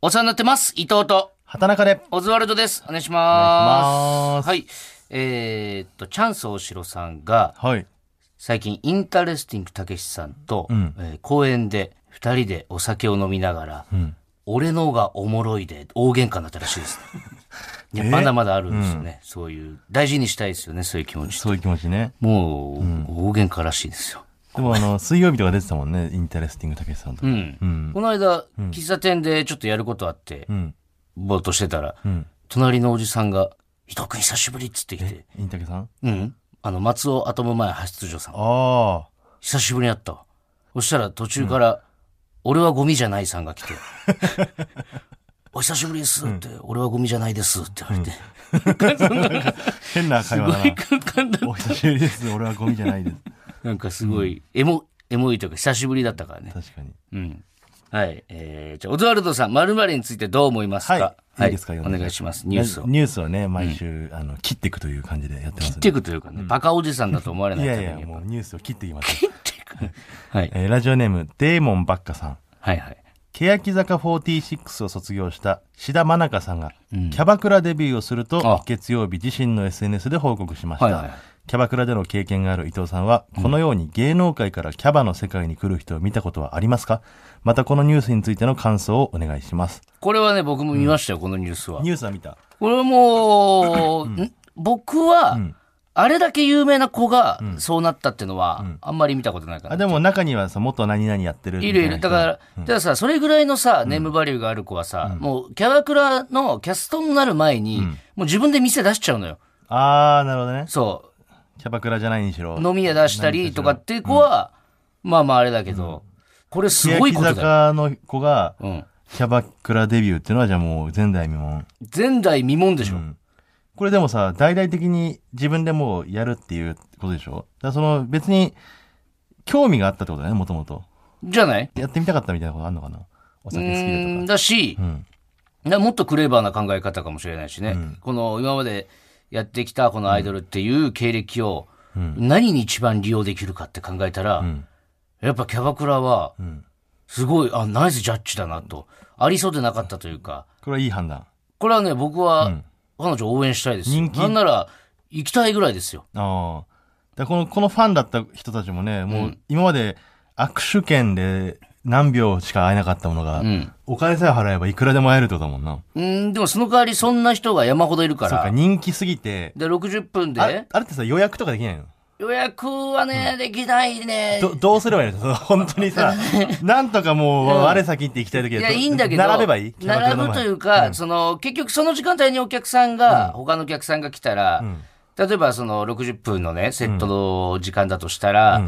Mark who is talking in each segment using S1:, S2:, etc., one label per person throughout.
S1: お世話になってます。伊藤と、
S2: 畑中で。
S1: オズワルドです。お願いし
S2: お願いしま
S1: ますす。はい。えーっと、チャンス大城さんが、
S2: はい。
S1: 最近、インタレスティングたけしさんと、
S2: ん
S1: えー公園で、二人でお酒を飲みながら、
S2: ん
S1: 俺の方がおもろいで、大喧嘩になったらしいです。 いやまだまだあるんですよね、そういう、大事にしたいですよね、そういう気持ち。
S2: そういう気持ちね。
S1: もう、大喧嘩らしいですよ。
S2: でもあ の、水曜日とか出てたもんね。インタレスティングたけしさんと
S1: う
S2: か。
S1: ん。
S2: うん。
S1: この間、喫茶店でちょっとやることあって、
S2: うん。
S1: ぼーっとしてたら、
S2: うん。
S1: 隣のおじさんが、伊藤君久しぶりっつってきて、
S2: インタケさん
S1: うん。あの、松尾アトム前派出所さん。
S2: ああ。
S1: 久しぶりに会ったわ。そしたら途中から、俺はゴミじゃないさんが来 て、お久しぶりですって、俺はゴミじゃないですって言われて、
S2: 変な会話だな。
S1: 簡単
S2: お久しぶりです。俺はゴミじゃ ないです。
S1: なんかすごい、エモ、エモいというか久しぶりだったからね。
S2: 確かに。
S1: うん。はい。えー、じゃあオズワルドさん、〇〇についてどう思いますか
S2: はい。いいですか
S1: お
S2: 読んで
S1: 願いします。ニュースを。
S2: ニュースをね、毎週、あの、切っていくという感じでやってます
S1: 切
S2: ね
S1: っていくというかね、バカおじさんだと思われない
S2: い
S1: た
S2: や
S1: めに。
S2: いや、もうニュースを切っていきます。
S1: はい。
S2: えーラジオネーム、デーモンばっかさん。
S1: はいはい。
S2: 欅坂46を卒業した志田愛香さんが、キャバクラデビューをすると
S1: あ
S2: 月曜日自身の SNS で報告しました、
S1: はいはい
S2: キャバクラでの経験がある伊藤さんは、このように芸能界からキャバの世界に来る人を見たことはありますかまたこのニュースについての感想をお願いします
S1: これはね、僕も見ましたよ、このニュースは。
S2: ニュースは見た
S1: これはもう、ん僕は、あれだけ有名な子がそうなったっていうのは、あんまり見たことないから。
S2: あでも中にはさ元何々やってるみた
S1: い
S2: いな
S1: るいる。だから、たださ、それぐらいのさ、ネームバリューがある子はさ、もう、キャバクラのキャストになる前に、もう自分で店出しちゃうのよ。
S2: ああなるほどね
S1: そ
S2: キャバクラじゃないにしろ
S1: う。飲み屋出したりとかっていう子は、まあまああれだけど、これすごい
S2: 欅
S1: ことだよ。
S2: 坂の子が
S1: うん。
S2: キャバクラデビューっていうのはじゃあもう前代未聞
S1: 前代未聞でしょ。
S2: これでもさ、大々的に自分でもうやるっていうことでしょだからその別に興味があったってことだよね、もともと。
S1: じゃない
S2: やってみたかったみたいなことあんのかなお
S1: う
S2: 酒好き
S1: ーん
S2: だとか。
S1: だし、
S2: ん
S1: なもっとクレーバーな考え方かもしれないしね、この今までやってきたこのアイドルっていう経歴を何に一番利用できるかって考えたら、やっぱキャバクラはすごいあナイスジャッジだなとありそうでなかったというか
S2: これはいい判断。
S1: これはね僕は彼女を応援したいですよ、
S2: 人気
S1: なんなら行きたいぐらいですよ
S2: ああ。だからこの、このファンだった人たちもね、もう今まで握手券で何秒しか会えなかったものが、
S1: ん
S2: お金さえ払えばいくらでも会えるってことだもんな。
S1: うんでもその代わりそんな人が山ほどいるか
S2: そっから人気すぎて、
S1: で60分
S2: あ
S1: で
S2: あれってさ、予約とかできないの
S1: 予約はね、できないね
S2: どどうすればいいのそ の本当に さ、なんとかもう、我先行って行きたい時
S1: い
S2: は
S1: や、
S2: ど
S1: いいんだけど。
S2: 並べばいい。
S1: 並ぶといううか、その、結局その時間帯にお客さんが、他のお客さんが来たら、例えばその60分のね、セットの時間だとしたら、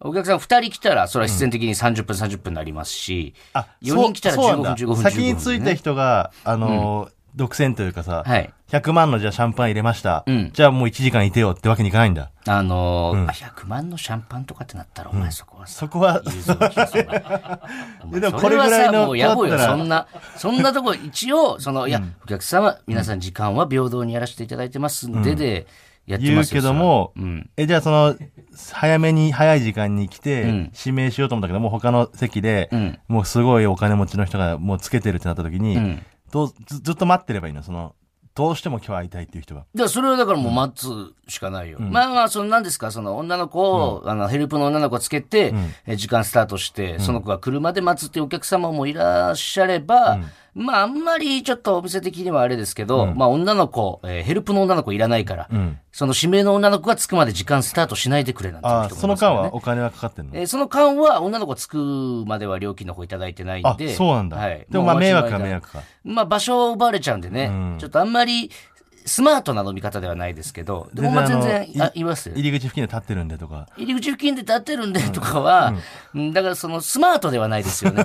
S1: お客さん2人来たら、それは必然的に30分、30分になりますし、
S2: あ
S1: 4人来たら
S2: そう
S1: 15
S2: そう
S1: 分、
S2: なんだ
S1: 15分、
S2: 先
S1: 15
S2: に
S1: 分
S2: つい
S1: ね
S2: た人が、あのー、独占というかさ、
S1: はい。
S2: 100万のじゃあシャンパン入れました。
S1: ん
S2: じゃあもう1時間いてよってわけにいかないんだ。
S1: あのー、100万のシャンパンとかってなったら、お前そこはさ
S2: そ、こ は、
S1: 融通が利きそうなお前
S2: でも
S1: それは
S2: これぐら
S1: さ
S2: いの
S1: もうやぼ
S2: だ
S1: よ
S2: った
S1: そ
S2: ら
S1: んなそんなとこ一応そのいや、お客様皆さん時間は平等にやらせていただいてますんでで、やって
S2: 言
S1: ま
S2: う
S1: すよ
S2: けども
S1: それはうん、
S2: え、じゃあその、早めに、早い時間に来
S1: うん
S2: て、指名しようと思ったけど、もう他の席で
S1: ん、
S2: もうすごいお金持ちの人がもうつけてるってなった時
S1: う
S2: に、
S1: ん
S2: どうずずっと待ってればいいのその、どうしても今日会いたいっていう人が。
S1: だからそれはだからもう待つしかないよ。まあまあ、その何ですか、その女の子を、あのヘルプの女の子をつけて、え時間スタートして、その子が車で待つっていうお客様もいらっしゃれば、まああんまりちょっとお店的にはあれですけど、まあ女の子、えーヘルプの女の子いらないから、その指名の女の子がつくまで時間スタートしないでくれなんていう
S2: ああ、
S1: 人もいます
S2: そ
S1: か
S2: の
S1: ら
S2: 間
S1: ね
S2: はお金はかかってんの
S1: えーその間は女の子つくまでは料金の方いただいてないん
S2: あ
S1: で。、
S2: そうなんだ。
S1: はい。
S2: でもまあ
S1: うお待ち
S2: 迷
S1: の
S2: 惑は
S1: 間
S2: 迷惑か。
S1: まあ場所を奪われちゃうんでね、ちょっとあんまりスマートな飲み方ではないですけど、でもまあ全
S2: あの
S1: 然
S2: い
S1: あ言いますよ。
S2: 入り口付近で立ってるんでとか。
S1: 入り口付近で立ってるんでとかは、うんだからそのスマートではないですよ ね。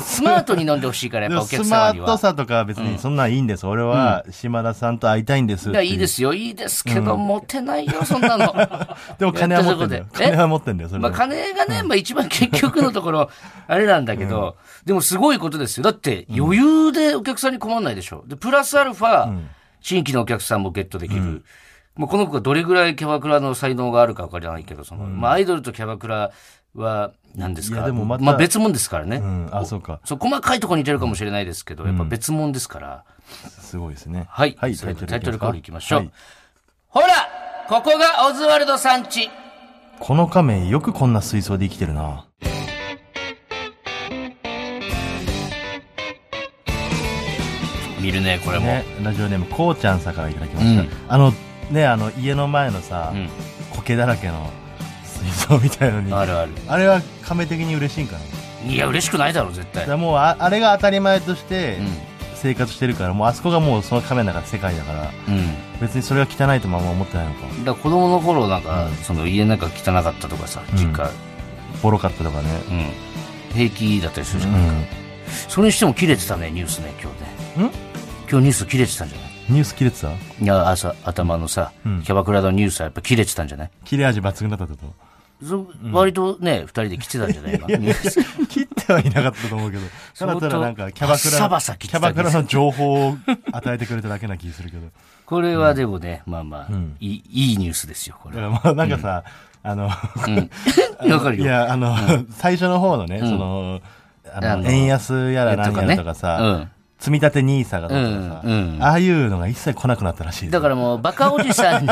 S1: スマートに飲んでほしいからやっ
S2: で
S1: ぱ
S2: も
S1: お
S2: ス
S1: 客
S2: マ
S1: 様に
S2: ート
S1: は。
S2: さとか別にそんなんいいんです。俺は島田さんと会いたいんです
S1: い
S2: って
S1: や、
S2: いう。
S1: いいですよ。いいですけど、モテないよ、そんなの。
S2: でも金は持ってんだよ
S1: いや。ということでえ
S2: 金は持ってんだよ、それ
S1: ま
S2: は。
S1: あ、金がね、まあ、一番結局のとこ ろ、あれなんだけど、でもすごいことですよ。だって、余裕でお客さんに困んないでしょ。で、プラスアルファ、新規のお客さんもゲットできる。まあ、この子がどれぐらいキャバクラの才能があるかわからないけど、その、まあ、アイドルとキャバクラは何です
S2: い
S1: か
S2: やでもまた
S1: あ、別物ですからね、
S2: うん、あ、そうか。
S1: そう細かいところに似てるかもしれないですけど、やっぱ別物ですから、
S2: すごいですね。
S1: はい
S2: はい、
S1: それではタイトルコールいきましょう、
S2: はい
S1: ほらここがオズワルドさんち
S2: この亀、よくこんな水槽で生きてるな。
S1: 見るねこれも、
S2: ね、ラジオネーム、こうちゃんさんからいただきました。
S1: うん
S2: あの、ね、あの、家の前のさ、
S1: うん
S2: 苔だらけの水槽みたいのに。
S1: あるある
S2: あれは亀的に嬉しいんかな。
S1: いや嬉しくないだろ絶対
S2: だからもうあ、あれが当たり前として
S1: うん
S2: 生活してるから、もうあそこがもうその亀の中の世界だから、
S1: うん
S2: 別にそれが汚いともあんま思ってないのか。
S1: だから子供の頃なんか、
S2: うん
S1: その家なんか汚かったとかさ
S2: うん
S1: 実家、
S2: ボロかったとかね。
S1: うん平気だったりするじ
S2: う
S1: ゃん、
S2: ん。
S1: それにしても切れてたねニュースね今日ね
S2: ん
S1: 今日ニュース切れてたんじゃない
S2: ニュース切れてた
S1: いや朝頭のさ、
S2: うん
S1: キャバクラのニュースはやっぱ切れてたんじゃない
S2: 切れ味抜群だったってこ と
S1: そ割とね、二人で来てたんじゃ ない今。ニュース
S2: 切ってはいなかったと思うけど、ただただなんかキャバク
S1: バッサ
S2: ラ
S1: バ
S2: の、
S1: サ切って
S2: キ
S1: た
S2: ャ
S1: んです
S2: バクラの情報を与えてくれただけな気するけど。
S1: これはでもね、まあまあ、
S2: ん
S1: いい、いいニュースですよ、こ
S2: だか
S1: れ。
S2: らもうなんかさ、あの、
S1: わかる
S2: い
S1: よ。
S2: や、あの、最初の方のね、その、
S1: あ
S2: あ
S1: の
S2: の、円安やら
S1: と
S2: 何
S1: か
S2: や
S1: ね
S2: らとか
S1: うん
S2: さ、積み立て NISA がとかさ
S1: うんう、ん
S2: ああいうのが一切来なくなったらしいです。
S1: だからもう、バカおじさんに、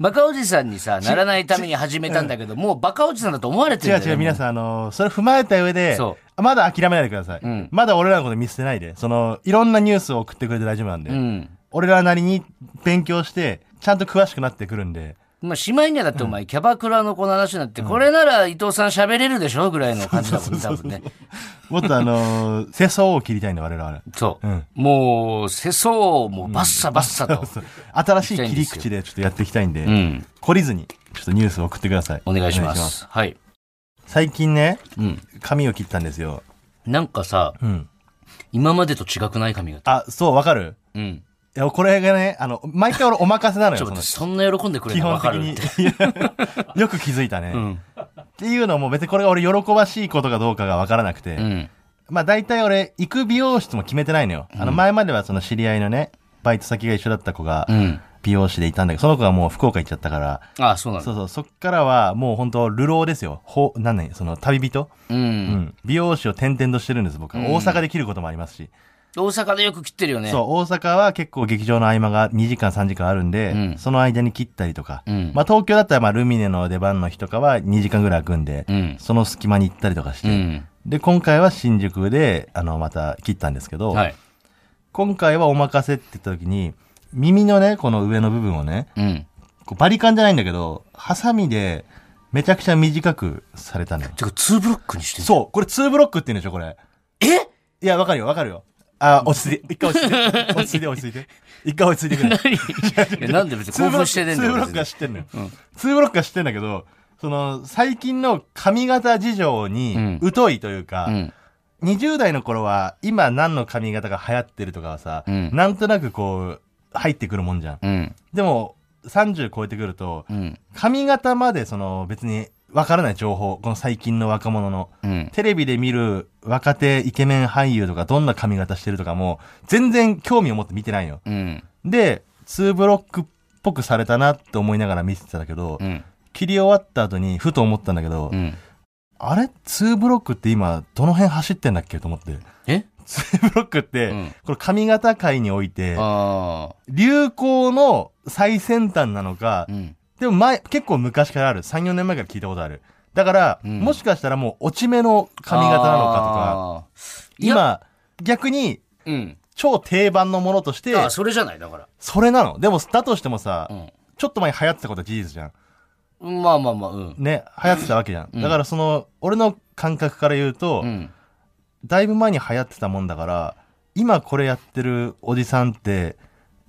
S1: バカおじさんにさ、ならないために始めたんだけど、もうバカおじさんだと思われて
S2: 違
S1: る
S2: うん
S1: だ
S2: 違
S1: よ
S2: う、皆さん、あの、それ踏まえた上で
S1: そ、
S2: まだ諦めないでください。
S1: ん
S2: まだ俺らのこと見捨てないで、その、いろんなニュースを送ってくれて大丈夫なんで、
S1: ううん。
S2: 俺らなりに勉強して、ちゃんと詳しくなってくるんで、
S1: まあ、しまいにはだってお前、キャバクラのこの話になって、これなら伊藤さん喋れるでしょぐらいの感じだもんね、多分ね。
S2: もっと あのー、世相を切りたいんだ、我々は。
S1: そう
S2: うん。
S1: もう、世相をもうバッサバッサと。
S2: 新しい切り口でちょっとやっていきたいんで、
S1: うん。
S2: 懲りずに、ちょっとニュースを送ってください。
S1: お願いします。はい。
S2: 最近ね、
S1: うん。
S2: 髪を切ったんですよ。
S1: なんかさ、
S2: うん。
S1: 今までと違くない髪型。
S2: あ、そう、わかる
S1: うん。
S2: いや、これがね、あの、毎回俺お任せなの
S1: ち
S2: よ、
S1: ょっ
S2: そ
S1: と
S2: の
S1: 待って、そんな喜んでくれる
S2: 基
S1: の分
S2: 本
S1: か
S2: 的
S1: る
S2: に
S1: って。。
S2: いや よく気づいたね、
S1: う
S2: っ
S1: ん。
S2: ていうのも別にこれが俺喜ばしいことかどうかがわからなくて、
S1: うん。
S2: まあ大体俺、行く美容室も決めてないのよ。あの前まではその知り合いのね、バイト先が一緒だった子が
S1: うん。
S2: 美容師でいたんだけど、その子がもう福岡行っちゃったから、
S1: ああ、そうなんだ。
S2: そうそう、そっからはもう本当流浪ですよ。ほ、なんね、その旅人、
S1: う。
S2: うんん美容師を転々としてるんです、僕は。大阪で切ることもありますし。
S1: 大阪でよく切ってるよね。
S2: そう、大阪は結構劇場の合間が2時間3時間あるんで、
S1: うん
S2: その間に切ったりとか。
S1: うん
S2: まあ東京だったらまあルミネの出番の日とかは2時間ぐらい空くんで、
S1: うん。
S2: その隙間に行ったりとかして。
S1: うん。
S2: で、今回は新宿で、あの、また切ったんですけど、
S1: はい。
S2: 今回はお任せって言った時に、耳のね、この上の部分をね、
S1: うん。
S2: こうバリカンじゃないんだけど、ハサミでめちゃくちゃ短くされたのよ。
S1: てか、ツーブロックにしてる。
S2: そう、これ2ブロックって言うんでしょ、これ。
S1: え
S2: いや、わかるよ、わかるよ。あ、落ち着いて、一回落ち着いて、落ち着いて、落ち着いて。一回落ち着いてく
S1: い
S2: れ。
S1: やなんで別に
S2: ツー
S1: 興
S2: ブ
S1: 奮
S2: ロック、
S1: し
S2: ツ
S1: てねえん
S2: ー
S1: だ
S2: ブ
S1: よ
S2: ロッ
S1: 別
S2: クは
S1: に。
S2: 知ってんのよ。ツーブロックは知ってんだけど、その、最近の髪型事情に疎いというか、
S1: うん。
S2: 20代の頃は今何の髪型が流行ってるとかはさ、
S1: うん
S2: なんとなくこう入ってくるもんじゃん。
S1: うん。
S2: でも30超えてくると
S1: うん。
S2: 髪型までその別にわからない情報、この最近の若者の。
S1: うん。
S2: テレビで見る若手イケメン俳優とかどんな髪型してるとかも全然興味を持って見てないよ。
S1: うん。
S2: で、2ブロックっぽくされたなって思いながら見てたんだけど、
S1: うん。
S2: 切り終わった後にふと思ったんだけど、
S1: うん。
S2: あれ ?2 ブロックって今どの辺走ってんだっけと思って。
S1: え
S2: ツーブロックって、
S1: うん
S2: これ髪型界において、
S1: あ
S2: 流行の最先端なのか
S1: あ。う、ん。
S2: でも前、結構昔からある。3、4年前から聞いたことある。だから、
S1: うん
S2: もしかしたらもう落ち目の髪型なの
S1: か
S2: か
S1: とか。
S2: とか、今、逆に
S1: いや。うん。
S2: 超定番のものとして、
S1: ああ、それじゃない、だから。
S2: それなの。でも、だとしてもさ、
S1: う
S2: ちょっと前に流行ってたことは事実じゃん。
S1: ん。まあまあまあ、うん。
S2: ね、流行ってたわけじゃん。
S1: うん
S2: だからその、俺の感覚から言うと、
S1: うん。
S2: だいぶ前に流行ってたもんだから、今これやってるおじさんって、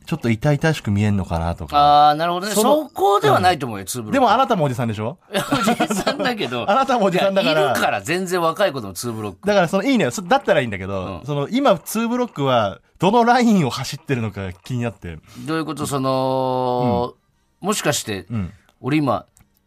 S2: ちょっと痛々しく見えんのかなとか。
S1: ああ、なるほどね。
S2: その
S1: そこではないと思うよ、ツーブロック。
S2: でもあなたもおじさんでしょ
S1: いやおじさんだけど。
S2: あなたもおじさんだから
S1: いやいるから、全然若い子でも2ブロック。
S2: だからそのいいね。そだったらいいんだけど、
S1: うん
S2: その今2ブロックはどのラインを走ってるのかが気になって。
S1: どういうことその、もしかして、
S2: うん。
S1: 俺今、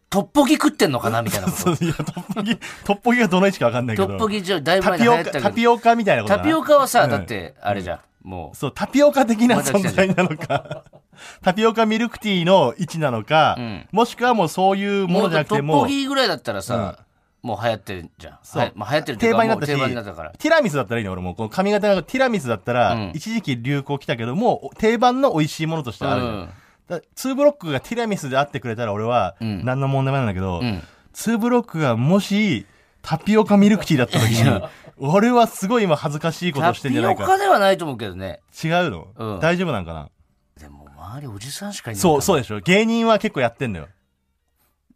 S1: トッポギ食ってんのかなみたいなこ
S2: そ
S1: と。
S2: ういや、トッポギ、トッポギがどの位置かわかんないけ
S1: ト
S2: ど。
S1: ッポギじゃだいぶ
S2: タ
S1: 前に
S2: ピ
S1: 流
S2: オ
S1: 行っ
S2: カ、
S1: たけど。
S2: タピオカみたいなことだ
S1: タ
S2: な
S1: ピオカはさ、
S2: うん
S1: だって、あれじゃん。も
S2: そう、タピオカ的な
S1: また来
S2: 存
S1: た
S2: 在なのか、 タピオカミルクティーの位置なのか、
S1: うん
S2: もしくはもうそういう
S1: う、
S2: ものじゃなく
S1: ト
S2: て
S1: ッポ
S2: もう、
S1: ギぐらいだったらさ、もう流行ってるじゃん。
S2: そう
S1: はい、まあ流行ってるっていう
S2: 定
S1: か
S2: 番になったし、
S1: もう定番になったから。
S2: ティラミスだったらいいね、俺も。この髪型がティラミスだったら、
S1: うん
S2: 一時期流行来たけど、もう定番の美味しいものとしてあるじゃん。
S1: うん
S2: だ2ブロックがティラミスであってくれたら俺は、
S1: ん
S2: 何の問題もないんだけど、
S1: ん
S2: ツー2ブロックがもし、タピオカミルクティーだった時に、俺はすごい今恥ずかしいこと
S1: タ
S2: してんじ
S1: ピ
S2: ゃな
S1: オ
S2: いか。
S1: カではないと思うけどね。
S2: 違うの、
S1: うん
S2: 大丈夫なんかな
S1: でも周りおじさんしかいないから
S2: そう、そうでしょ芸人は結構やってんだよ。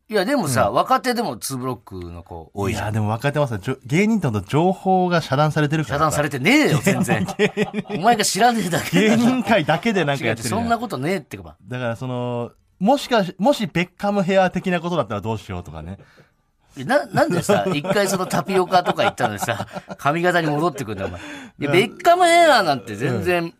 S1: いや、でもさ、若手でも2ブロックの子多い
S2: い
S1: じゃん。
S2: や、でも分かってますね。じょ芸人ってほんと情報が遮断されてるから
S1: 遮断されてねえよ、全然。お前が知らねえだけ
S2: 芸
S1: だ
S2: 人界だけでなんか
S1: 違う違
S2: や
S1: う
S2: ってるじゃ
S1: そ
S2: ん
S1: んなことねえってば。
S2: だからその、もしかし、もしベッカムヘア的なことだったらどうしようとかね。
S1: な、なんでさ、一回そのタピオカとか行ったのにさ、髪型に戻ってくんだよ、お前。いや、ベッカムヘアなんて全然、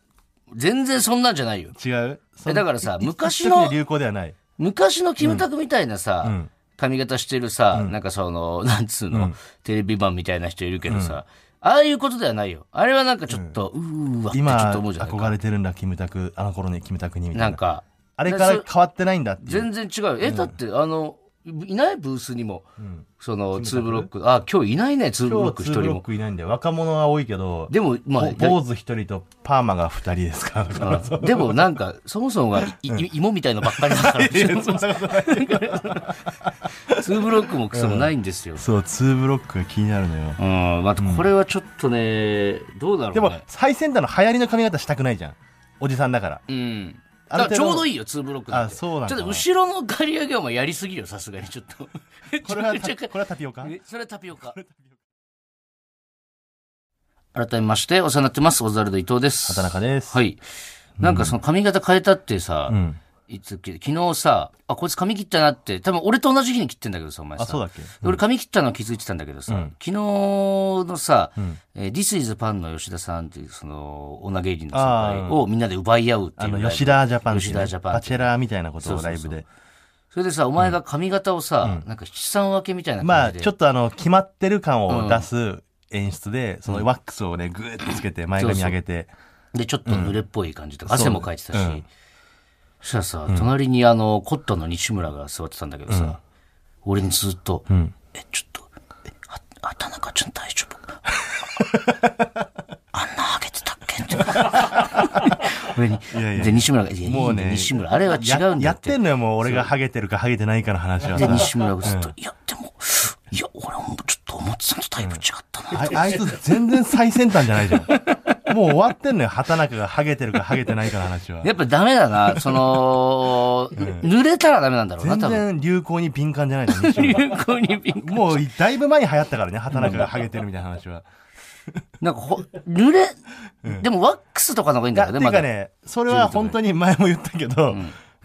S1: 全然そんなんじゃないよ。
S2: 違うそ
S1: えだからさ
S2: い
S1: 昔の
S2: 一時流行ではない。
S1: 昔のキムタクみたいなさ、
S2: ん
S1: 髪型してるさ、なんかその、 なんつうの、テレビ版みたいな人いるけどさ、ああいうことではないよ。あれはなんかちょっと、うーわってちょ
S2: 今、
S1: っと思うじゃない
S2: 憧
S1: か。
S2: れてるんだ、キムタク。あの頃にキムタクにみたいな。
S1: なんか、
S2: あれから変わってないんだっていう。
S1: 全然違うよ。え、だって、あの、いないブースにも、その、ツーブロック。あ、今日いないね、ツーブロ
S2: 今
S1: ッ
S2: 日
S1: ク
S2: ツ
S1: 一
S2: ーブ
S1: 人
S2: ロッ
S1: も。
S2: クいないんだよ。若者は多いけど、
S1: でも、まあ、
S2: ぼ坊主一人とパーマが二人ですから。 だから
S1: うんでもなんか、そもそもがいい芋みたいのばっかりだ から、ツーブロックもクソもないんですよ。
S2: そう、ツーブロックが気になるのよ。
S1: うん、まあ、これはちょっとね、どうだろうね。
S2: でも、最先端の流行りの髪型したくないじゃん。おじさんだから。
S1: うん。だ
S2: あ
S1: か
S2: る
S1: ら
S2: 程
S1: ち
S2: 度
S1: ょうどいいよ、2ブロックなんて
S2: あそうなんだ
S1: ちょっと後ろの刈り上げはもうやりすぎよ、さすがに。ちょっと。
S2: これ は
S1: めちゃ
S2: た、
S1: くちゃ
S2: これはタピオカ
S1: えそれはタピオカ。改めまして、お世話になってます。オズワルド伊藤です。
S2: 畑中です。。
S1: はいい。なんかその髪型変えたってさ、
S2: うん。
S1: いつっけ昨日さ、あ、こいつ髪切ったなって、多分俺と同じ日に切ってんだけどさ、お前さ。
S2: あ、そうだっけ
S1: で俺髪切ったの気づいてたんだけどさ、
S2: うん
S1: 昨日のさ、
S2: ん
S1: えー This is パンの吉田さんっていう、その、女芸人の
S2: あー
S1: 先輩をみんなで奪い合うって
S2: あ
S1: いうライ
S2: の、
S1: ブ。
S2: 吉田ジャパンってい
S1: 吉
S2: うね
S1: 田ジャパン
S2: バチェラーみたいなこと
S1: そう
S2: を
S1: そうそう
S2: ライブで。
S1: それでさ、お前が髪型をさ、なんか七三分けみたいな
S2: ま
S1: 感
S2: あ、
S1: じで。
S2: ちょっとあの、決まってる感を出す演出で、そのワックスをね、ぐーっとつけて、前髪上げて。
S1: で、ちょっと濡れっぽい感じとか、
S2: うん
S1: 汗もかいてたし。
S2: そう
S1: そ
S2: うん
S1: したらさ、隣にあの、コットンの西村が座ってたんだけどさ、俺にずっと、え、ちょっと、え、は畑中ちゃん大丈 夫あんなハゲてたっ けって。俺に
S2: いやいや
S1: で、西村が、いや、
S2: も
S1: も
S2: う
S1: う
S2: ね
S1: ね、西村、あれは違
S2: や
S1: うんだ
S2: や
S1: っ
S2: ってて。んのよ、もう俺がハゲてるかハゲてないかの話は
S1: で、
S2: さ。
S1: 西村がずっと、いや、でも、いや、俺もちょっと思ってたのとだいぶ違ったな。
S2: ああいつ全然最先端じゃないじゃん。もう終わってんのよ、畑中がハゲてるかハゲてないかの話は。
S1: やっぱダメだな。そ の、濡れたらダメなんだろうな、
S2: 全
S1: 多分。
S2: 然流行に敏感じゃないじゃん西 村
S1: 流行に敏感
S2: もう、だいぶ前に流行ったからね、畑中がハゲてるみたいな話は。
S1: なんかほ、濡れ、でもワックスとかの方がいいん
S2: いや
S1: だ
S2: っ
S1: よ
S2: て
S1: ね、
S2: いう
S1: まだ。
S2: かね、それは本当に前も言ったけど、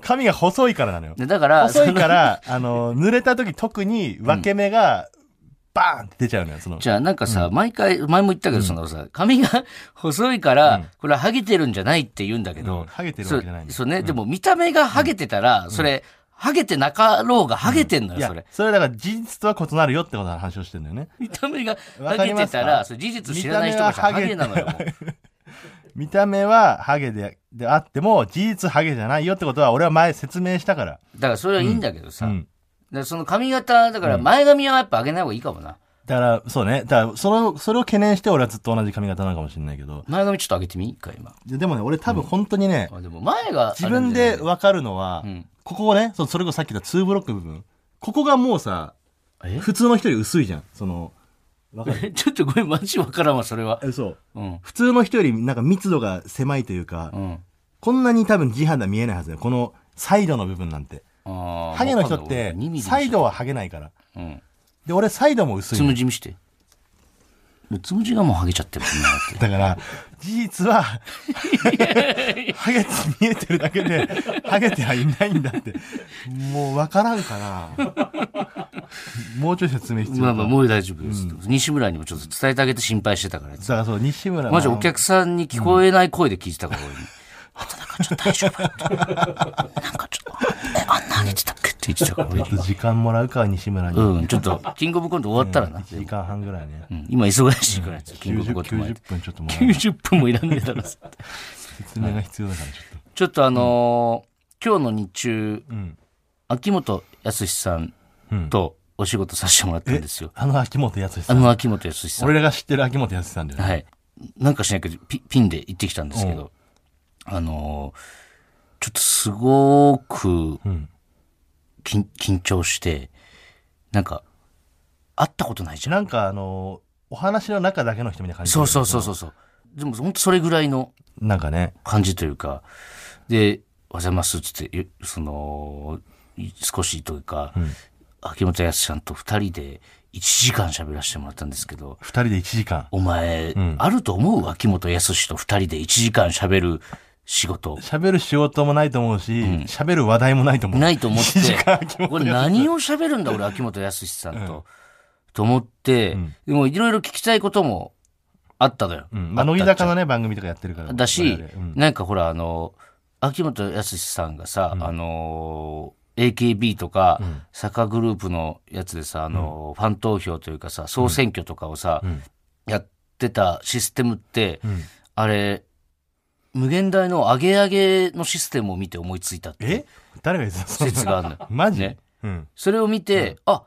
S2: 髪が細いからなのよ。
S1: でだから、
S2: 細い
S1: そ
S2: か
S1: の
S2: ら、あの、濡れた時特に分け目が、バーンって出ちゃうのよ、その。
S1: じゃあなんかさ、毎回、前も言ったけど、そのさ、髪が 細いから、これはハゲてるんじゃないって言うんだけ
S2: うん
S1: ど、
S2: ハゲてるわけじゃないんだ
S1: そうそうね、でも見た目がハゲてたら、それ、ハゲてなかろうがハゲてんの
S2: い
S1: よ、
S2: や
S1: それ。
S2: それだから事実とは異なるよってことの話をしてるんだよね。
S1: 見た目が
S2: わ
S1: ハ
S2: か
S1: ゲ
S2: りま
S1: て
S2: すか
S1: たら、それ事実知らない人がしたら
S2: 見た
S1: ハ
S2: 目
S1: ゲ
S2: は
S1: な
S2: ハ
S1: の
S2: ゲ
S1: よ。もう
S2: 見た目はハゲで、であっても、事実ハゲじゃないよってことは俺は前説明したから。
S1: だからそれはいいんだけどさ、
S2: うん
S1: だからその髪型、だから前髪はやっぱ上げない方がいいかもな。
S2: だから、そうね。だから、その、それを懸念して俺はずっと同じ髪型なのかもしれないけど。
S1: 前髪ちょっと上げてみ一回今。
S2: ででもね、俺多分本当にね、
S1: あでも前があ
S2: 自
S1: る
S2: 分
S1: んじゃない
S2: で分かるのは、
S1: ん
S2: ここをね、そうそれこそさっき言った2ブロック部分。ここがもうさ、普通の人より薄いじゃん。その、わかる
S1: ちょっとごめん、マジわからんわ、それは
S2: え。嘘。
S1: うん。
S2: 普通の人よりなんか密度が狭いというか、
S1: うん。
S2: こんなに多分地肌見えないはずだよ。このサイドの部分なんて。
S1: あー
S2: ハゲの人って、サイ。ドはハゲないから。
S1: わかんない俺2ミリにしちゃったうん。
S2: で、俺サイドも薄
S1: つ
S2: いの。
S1: むじ見して。もうつむじがもうハゲちゃってるもんなって。
S2: だから、事実は、ハゲて見えてるだけで、ハゲてはいないんだって。もうわからんかな。もうちょい説明必 要
S1: ま
S2: か
S1: あまあ、もう大丈夫です。西村にもちょっと伝えてあげて心配してたから。
S2: だからそう、西村の
S1: マジお客さんに聞こえない声で聞いてたから、俺に。畑中ちょっと大丈夫なんかちょっと、え、あんなハゲてたっけって言ってたから、俺に
S2: ちょっと時間もらうか、西村に。
S1: うん、ちょっと、キングオブコント終わったらな。
S2: 1時間半ぐらいね。
S1: うん今忙しいからやつ、キングオブ
S2: 90,
S1: コント前
S2: 90。分ちょっともらう。
S1: 90分もいらねえだろ、
S2: 説明が必要だから、ちょっ
S1: ちょっとあのー今日の日中、
S2: と。うん。
S1: 秋元康さんと、お仕事させてもらったんですよ。
S2: あの秋元康
S1: あ
S2: さん。
S1: の秋元康さん。
S2: 俺らが知ってる秋元康さんだよね。
S1: はい。なんかしないけど、ピピンで行ってきたんですけど、あのーちょっとすごく
S2: うん。
S1: 緊緊張して、なんか、会ったことないじゃん。
S2: なんかあの、お話の中だけの人みたいな感じ
S1: そうそうそうそうそう。でも本当それぐらいの
S2: う。なんかね。
S1: 感じというか、で、おはようございますっつって、ゆその、い少しというか、秋元康さんと二人で1時間喋らせてもらったんですけど、
S2: 二人で1時間。
S1: お前、あると思う秋元康と二人で1時間喋る仕 事。
S2: 喋る仕事もないと思うし、喋る話題もないと思う。
S1: ないと思っ
S2: 1時間秋
S1: て、
S2: 元
S1: これ何を喋るんだ俺、秋元康さんと。と思って、でもいろいろ聞きたいこともあったのよ。
S2: うんまあ、乃木坂のね、番組とかやってるから。
S1: だし、
S2: 我々うん
S1: なんかほら、あの、秋元康さんがさ、あのー、AKB とか、坂グループのやつでさ、あのー、ファン投票というかさ、総選挙とかをさ、やってたシステムって、あれ、無限大の上げ上げのシステムを見て思いついたっていう
S2: え誰が言ってたそんな
S1: 説があるの よ。
S2: マジ、
S1: ね
S2: うん。
S1: それを見て、あ、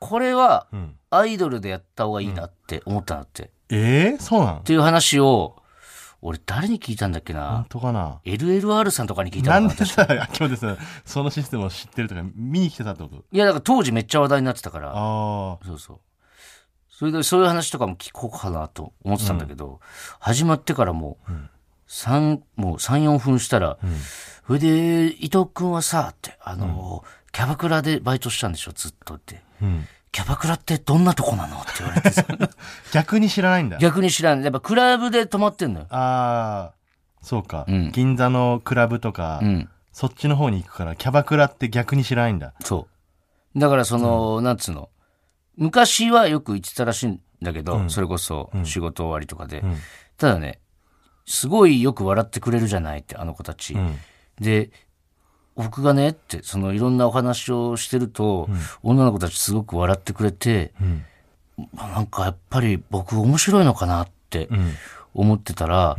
S1: これは
S2: うん。
S1: アイドルでやった方がいいなって思ったなって。っ
S2: えー、そうなん
S1: ていう話を、俺誰に聞いたんだっけな
S2: 本。当かな
S1: LLR さんとかに聞い
S2: な
S1: たの
S2: ん
S1: か
S2: でさ、秋元さん、そのシステムを知ってるとか、見に来てたってこと
S1: いや、だから当時めっちゃ話題になってたから、
S2: あ
S1: そうそう。それで、そういう話とかも聞こうかなと思ってたんだけど、始まってからもう、三もう3、4分したら、それで、伊藤君はさ、って、あの、キャバクラでバイトしたんでしょ、ずっとって。
S2: あ。うん。
S1: キャバクラってどんなとこなのって言われてさ、
S2: 逆に知らないんだ。
S1: 逆に知らん。やっぱクラブで泊まってんのよ。
S2: ああ、そうか、
S1: うん
S2: 銀座のクラブとか、
S1: うん。
S2: そっちの方に行くから、キャバクラって逆に知らないんだ。
S1: そう。だからその、なんつうの。昔はよく行ってたらしいんだけど、それこそ仕事終わりとかで。ただね、すごいよく笑ってくれるじゃないって、あの子たち。
S2: ん
S1: で、僕がねって、そのいろんなお話をしてると、女の子たちすごく笑ってくれて、あなんかやっぱり僕面白いのかなって思ってたら、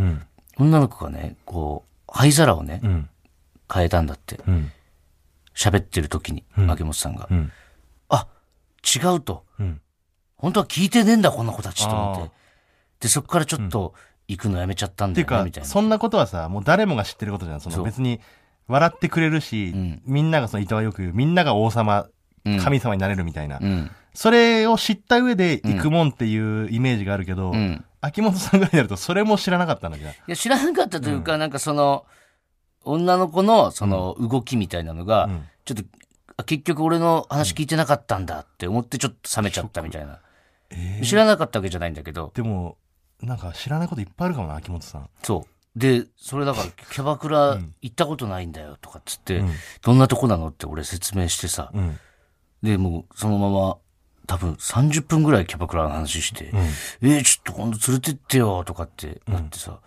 S1: 女の子がね、こう、灰皿をね、
S2: ん
S1: 変えたんだって。
S2: うん。
S1: 喋ってる時に、秋元さんが。
S2: ん
S1: あ、違うと。
S2: うん。
S1: 本当は聞いてねえんだ、こんな子たちと思っ
S2: あ
S1: て。で、そこからちょっと行くのやめちゃったん
S2: っ
S1: だ
S2: ていう
S1: よね、
S2: か
S1: みたい、な。
S2: そんなことはさ、もう誰もが知ってることじゃん。そ
S1: そ
S2: の
S1: う
S2: 別に、笑ってくれるし、
S1: ん
S2: みんながその伊藤はよく言う、みんなが王様、
S1: うん
S2: 神様になれるみたいな。
S1: うん。
S2: それを知った上で行くもんっていうイメージがあるけど、
S1: うん。
S2: 秋元さんぐらいになるとそれも知らなかったんだじゃあ
S1: いや、知らなかったというか、なんかその、女の子のその動きみたいなのが、
S2: ん
S1: ちょっと、あ結局俺の話聞いてなかったんだって思ってちょっと冷めちゃったみたいな。
S2: え
S1: 知らなかったわけじゃないんだけど、
S2: でも、なんか知らないこといっぱいあるかもな、秋元さん。
S1: そう。で、それだから、キャバクラ行ったことないんだよとかっつって、どんなとこなのって俺説明してさ、
S2: うん。
S1: で、もうそのまま、多分30分ぐらいキャバクラの話して、えー、ちょっと今度連れてってよとかってなってさ、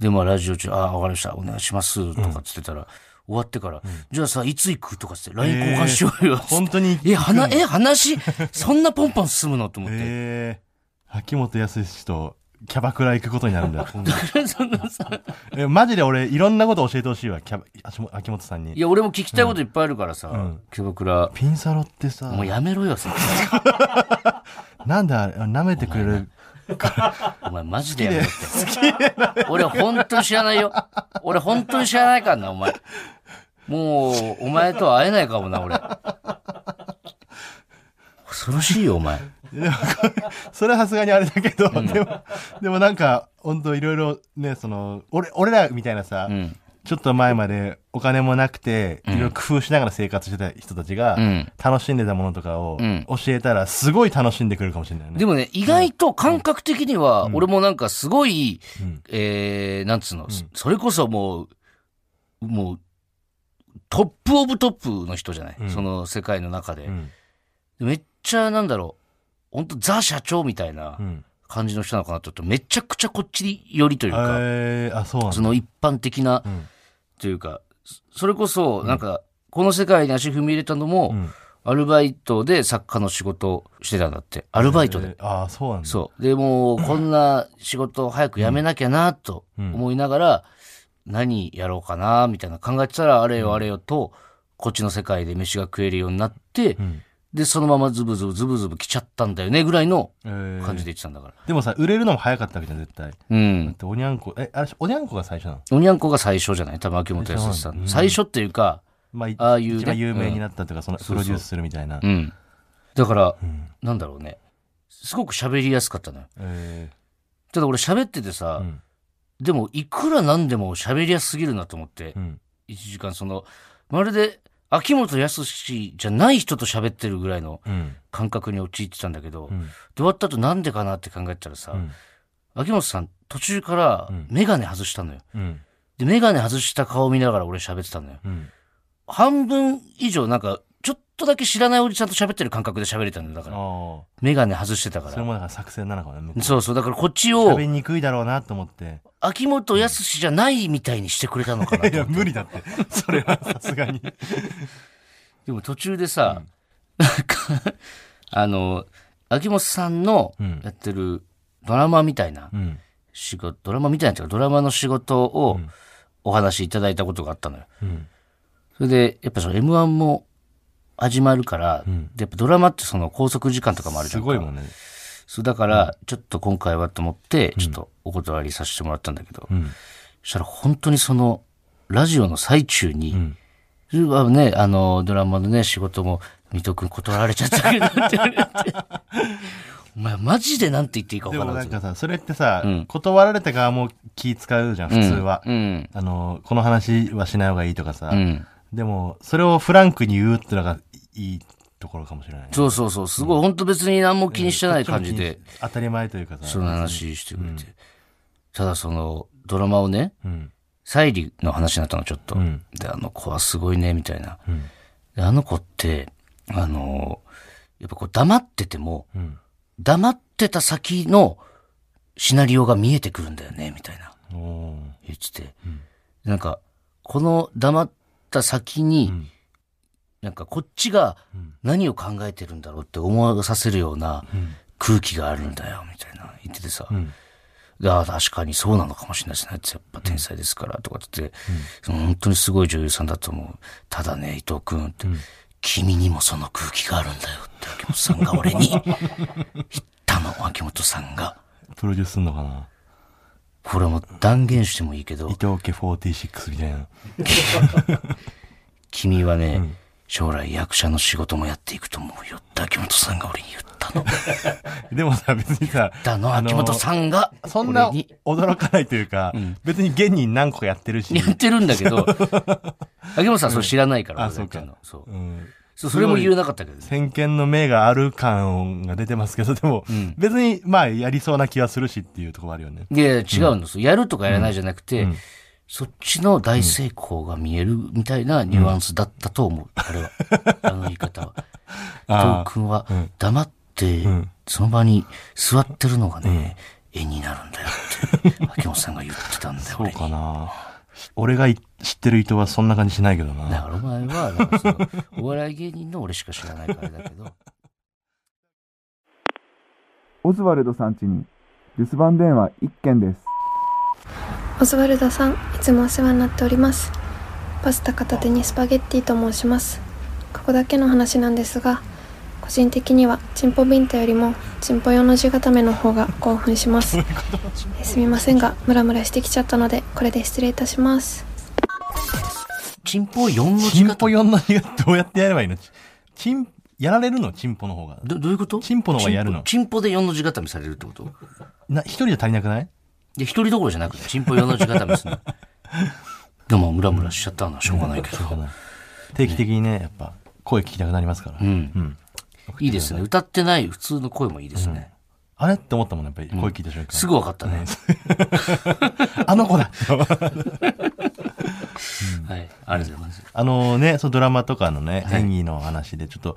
S1: で、まあラジオ中、ああ、わかりました、お願いしますとかっつってたら、終わってから、じゃあさ、いつ行くとかっつって、LINE 交換しようよっつって、
S2: 本当に行く
S1: え、話、え、話、そんなポンポン進むのと思って。
S2: えー、秋元康とキャバクラ行くことになるんだ よ。今度
S1: そんなさ
S2: えマジで俺、いろんなこと教えてほしいわ、キャバ秋元秋元さん
S1: い
S2: に。
S1: や、俺も聞きたいこといっぱいあるからさ、キャバクラ、
S2: ピンサロってさ、
S1: もうやめろよ、それ
S2: なんであれ、舐めてくれる。
S1: お前マジでやめろって。俺本当に知らないよ。俺本当に知らないからな、お前。もう、お前とは会えないかもな、俺。恐ろしいよ、お前。
S2: それはさすがにあれだけど、でも、でもなんか、本当いろいろね、その、俺、俺らみたいなさ、
S1: うん。
S2: ちょっと前までお金もなくて、いろいろ工夫しながら生活してた人たちが、
S1: うん
S2: 楽しんでたものとかを
S1: ん
S2: 教えたら、すごい楽しんでくれるかもしれないね。
S1: でもね、意外と感覚的には、俺もなんかすごい、えー、なんつうの、それこそもう、もう、トップオブトップの人じゃない、
S2: ん
S1: その世界の中で。
S2: うん。
S1: めっちゃ、なんだろう、本当ザ社長みたいな。
S2: うん。
S1: 感じの人なのかなと思ってめちゃくちゃこっち寄りというか、
S2: えー、あ、そうなんだ
S1: その一般的な、
S2: ん
S1: というか、そそれこそ、なんか、この世界に足踏み入れたのも、
S2: ん
S1: アルバイトで作家の仕事をしてたんだって。アルバイトで。
S2: えーああ、そうなんだ。
S1: そう。で、もう、こんな仕事を早く辞めなきゃな、と思いながら、何やろうかな、みたいな考えてたら、あれよあれよと、こっちの世界で飯が食えるようになって、で、そのままズブズブズブズブ来ちゃったんだよね、ぐらいの
S2: えー
S1: 感じで言ってたんだから。
S2: でもさ、売れるのも早かったわけじゃん、絶対。だ
S1: うん
S2: っ。ておにゃんこ、え、あれ、おにゃんこが最初なの
S1: おにゃんこが最初じゃない多分秋元康さん。最初っていうか、
S2: まあ、い
S1: ああいうね
S2: 一番有名になったとか、そのプロデュースするみたいな。
S1: うん。だから、なんだろうね。すごく喋りやすかったのよ。
S2: え
S1: ただ俺喋っててさ、
S2: うん
S1: でもいくらなんでも喋りやすすぎるなと思って
S2: ー、うん。
S1: 1時間その、まるで秋元康じゃない人と喋ってるぐらいの
S2: うん。
S1: 感覚に陥ってたんだけど、
S2: う
S1: で
S2: ん。
S1: 終わった後なんでかなって考えてたらさ、
S2: うん
S1: 秋元さん途中から
S2: うん
S1: メガネ外したのよ。
S2: うん。
S1: で、メガネ外した顔見ながら俺喋ってたのよ。
S2: うん。
S1: 半分以上なんか、ちょっとだけ知らないおじちゃんと喋ってる感覚で喋れたんだよ。だから、
S2: あ
S1: メガネ外してた
S2: あ。
S1: か
S2: それ
S1: ら。
S2: もだから作戦なのかな、向こう
S1: そうそう。だからこっちを
S2: 喋、りにくいだろうなと思って。
S1: 秋元康じゃないみたいにしてくれたのかなと思っ
S2: い
S1: て
S2: や、無理だって。 それはさすがに。
S1: でも途中でさ、なんか、あの、秋元さんの
S2: うん
S1: やってるドラマみたいな
S2: うん。
S1: 仕事、ドラマみたいなっていうか、ドラマの仕事をお話しいただいたことがあったのよ。
S2: うん。
S1: それで、やっぱその M1 も始まるから、
S2: ん
S1: でやっぱドラマってその拘束時間とかもあるじ
S2: す
S1: ゃんか。
S2: ごいもんね。
S1: そうだから、ちょっと今回はと思って、ちょっとお断りさせてもらったんだけど、
S2: うん。
S1: そしたら本当にその、ラジオの最中に、
S2: ん
S1: それはね、あの、ドラマのね、仕事も、水戸くん断られちゃったけどって言 われて、お前マジでなんて言っていいか分
S2: で
S1: か
S2: も
S1: らな
S2: ないん。かさ、それってさ、断られた側も気使うじゃん、普通は。
S1: うん。
S2: あの、この話はしない方がいいとかさ。
S1: うん。
S2: でも、それをフランクに言うってのがいいところかもしれないね。
S1: そうそうそう、すごい、本当別に何も気にしてない感じで、
S2: 当たり前というかさ。
S1: その話してくれて。ただその、ドラマをね、
S2: うん。
S1: サイリの話になったの、ちょっと。
S2: うん
S1: で、あの子はすごいね、みたいな。
S2: うん。
S1: であの子って、あの、やっぱこう黙ってても、
S2: うん。
S1: 黙ってた先のシナリオが見えてくるんだよね、みたいな。
S2: お
S1: 言ってて、なんか、この黙った先に、
S2: ん
S1: なんかこっちが
S2: ん
S1: 何を考えてるんだろうって思わさせるような空気があるんだよ、みたいな言っててさ、
S2: ん
S1: でああ、確かにそうなのかもしれないですね。やっぱ天才ですから、とかって言って、本当にすごい女優さんだと思う。ただね、伊藤くんって、君にもその空気があるんだよって秋元さんが俺 に言ったの、秋元さんが。
S2: プロデュースすんのかな
S1: これも断言してもいいけど
S2: 伊、藤家46みた いな。
S1: 君はね、将来役者の仕事もやっていくと思うよって秋元さんが俺に言ったの。
S2: でもさ、別にさ、
S1: だ の、
S2: あの
S1: 秋元さんが
S2: そんな
S1: 俺に
S2: 驚かないというか、別に現に何個かやってるし。
S1: 言ってるんだ けど、秋元さんそれ知らないから、
S2: あ
S1: 俺が言ってんのそう
S2: うん
S1: そうそれも言えなかったけどね。
S2: 先見の明がある感が出てますけど、でも、別に、まあ、やりそうな気はするしっていうところはあるよね。
S1: いやいや違うの、そうやるとかやらないじゃなくて、そっちの大成功が見えるみたいなニュアンスだったと思う、あ れは。あの言い方は。伊
S2: あ
S1: 藤君は黙って、その場に座ってるのがね、絵になるんだよって、秋元さんが言ってたんだよ、
S2: そう
S1: 俺に。
S2: かな。俺がい知ってる伊藤はそんな感じしないけど
S1: だ
S2: な。
S1: からお前は、なんかそのお笑い芸人の俺しか知らないからあれだけど。
S3: オズワルドさん家に留守番電話1件です。
S4: オズワルダさんいつもお世話になっておりますパスタ片手にスパゲッティと申しますここだけの話なんですが個人的にはチンポビンタよりもチンポ用の字固めの方が興奮しますえすみませんがムラムラしてきちゃったのでこれで失礼いたします
S1: チンポ4の字
S2: チン
S1: 型
S2: ポ4の字がどうやってやればいいのチチン、やられるのチンポの方が。
S1: どどういうこと
S2: チンポの方がやるの
S1: チンポチンポで4の字固めされるってこと
S2: な、一人じゃ足りなくない
S1: で、一人どころじゃなくて、チンポ4の字固めするの。でも、ムラムラしちゃったのはしょうがないけど。
S2: そうかな定期的にね、やっぱ、声聞きたくなりますから。
S1: うん。
S2: うん
S1: いいですね。歌ってない普通の声もいいですね。
S2: あれって思ったもんね、やっぱり声聞いた瞬間。
S1: すぐ分かったね。
S2: あの子だ
S1: はい。ありがとうございます。
S2: あのね、そうドラマとかのね、演技の話で、ちょっと、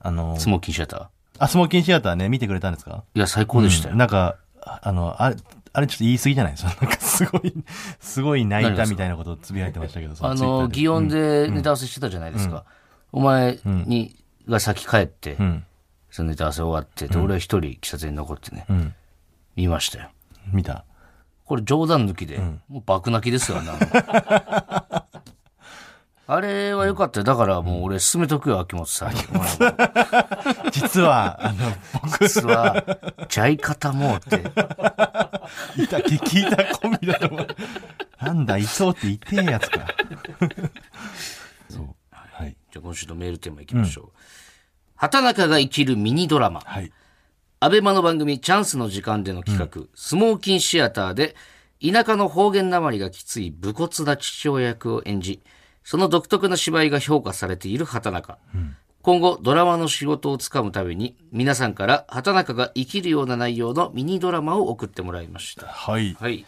S2: あの、
S1: 相撲禁止やった
S2: あ、スモーキンシアターね、見てくれたんですか
S1: いや、最高でしたよ。
S2: なんか、ああの、あれ、あれちょっと言い過ぎじゃないです か。なんかすごい、すごい泣いたみたいなことをつぶやいてましたけど、そ
S1: あ
S2: ツイッタ
S1: の、
S2: ーで
S1: 擬音でネタ合わせしてたじゃないですか。お前に、が先帰って、
S2: ん
S1: そのネタ合わせ終わって、で、俺は一人喫茶店に残ってね、
S2: ん
S1: 見ましたよ。
S2: 見た。
S1: これ冗談抜きで、もう爆泣きですよね。あの あれは良かったよ。だからもう俺勧めとくよ、秋元さんに。
S2: 実は、あの、僕、
S1: 実は、ジャイカタモーって。
S2: いた、激いたコンビだと思う。なんだ、いそうって痛えやつか。そう。はい。
S1: じゃあ今週のメールテーマいきましょう。畑中が生きるミニドラマ。
S2: はい。
S1: アベマの番組チャンスの時間での企画、スモーキンシアターで、田舎の方言なまりがきつい武骨な父親役を演じ、その独特な芝居が評価されている畑中。今後、ドラマの仕事をつかむために、皆さんから畑中が生きるような内容のミニドラマを送ってもらいました。
S2: はい。
S1: はい。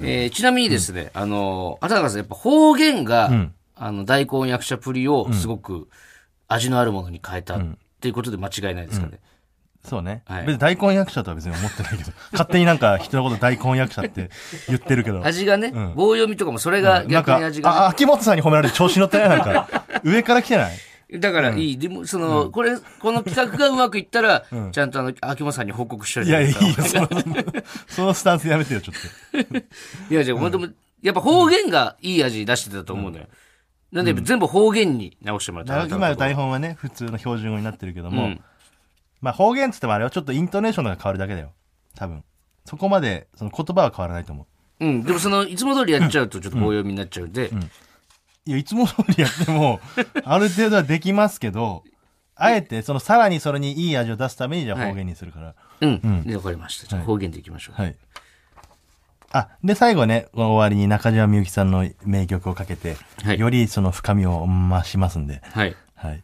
S1: えーちなみにですね、あの、畑中さん、やっぱ方言が、あの、大根役者プリをすごく味のあるものに変えたっていうことで間違いないですかね。
S2: そうね。
S1: はい
S2: 別に大根役者とは別に思ってないけど、勝手になんか人のこと大根役者って言ってるけど。
S1: 味がね、棒読みとかもそれが
S2: なん
S1: 逆
S2: か、
S1: に味が、
S2: あ、秋元さんに褒められて調子乗ってないなんか、上から来てない
S1: ね、だからいい、でもその、これこの企画がうまくいったら、ちゃんとあの秋元さんに報告しとい
S2: い
S1: て
S2: や、い
S1: い
S2: いよ、その、そのスタンスやめてよ、ちょっ
S1: いやじゃあ本当もやっぱ方言がいい味出してたと思うのよ、なんでやっぱ全部方言に直してもらった、
S2: と。今の台本はね、普通の標準語になってるけども、
S1: うん
S2: まあ方言っつってもあれはちょっとイントネーションが変わるだけだよ。多分。そこまで、その言葉は変わらないと思う。
S1: うんでもそのいつも通りやっちゃうとちょっと棒読みになっちゃうんで、
S2: いや、いつも通りやって も、ある程度はできますけど、あえて、その、さらにそれにいい味を出すために、じゃあ方言にするから。
S1: うん、でわかりましたじゃあ方言でいきましょう、
S2: はい。あ、で、最後ね、この終わりに中島みゆきさんの名曲をかけて、
S1: はい
S2: よりその深みを増しますんで、
S1: はい、
S2: はい。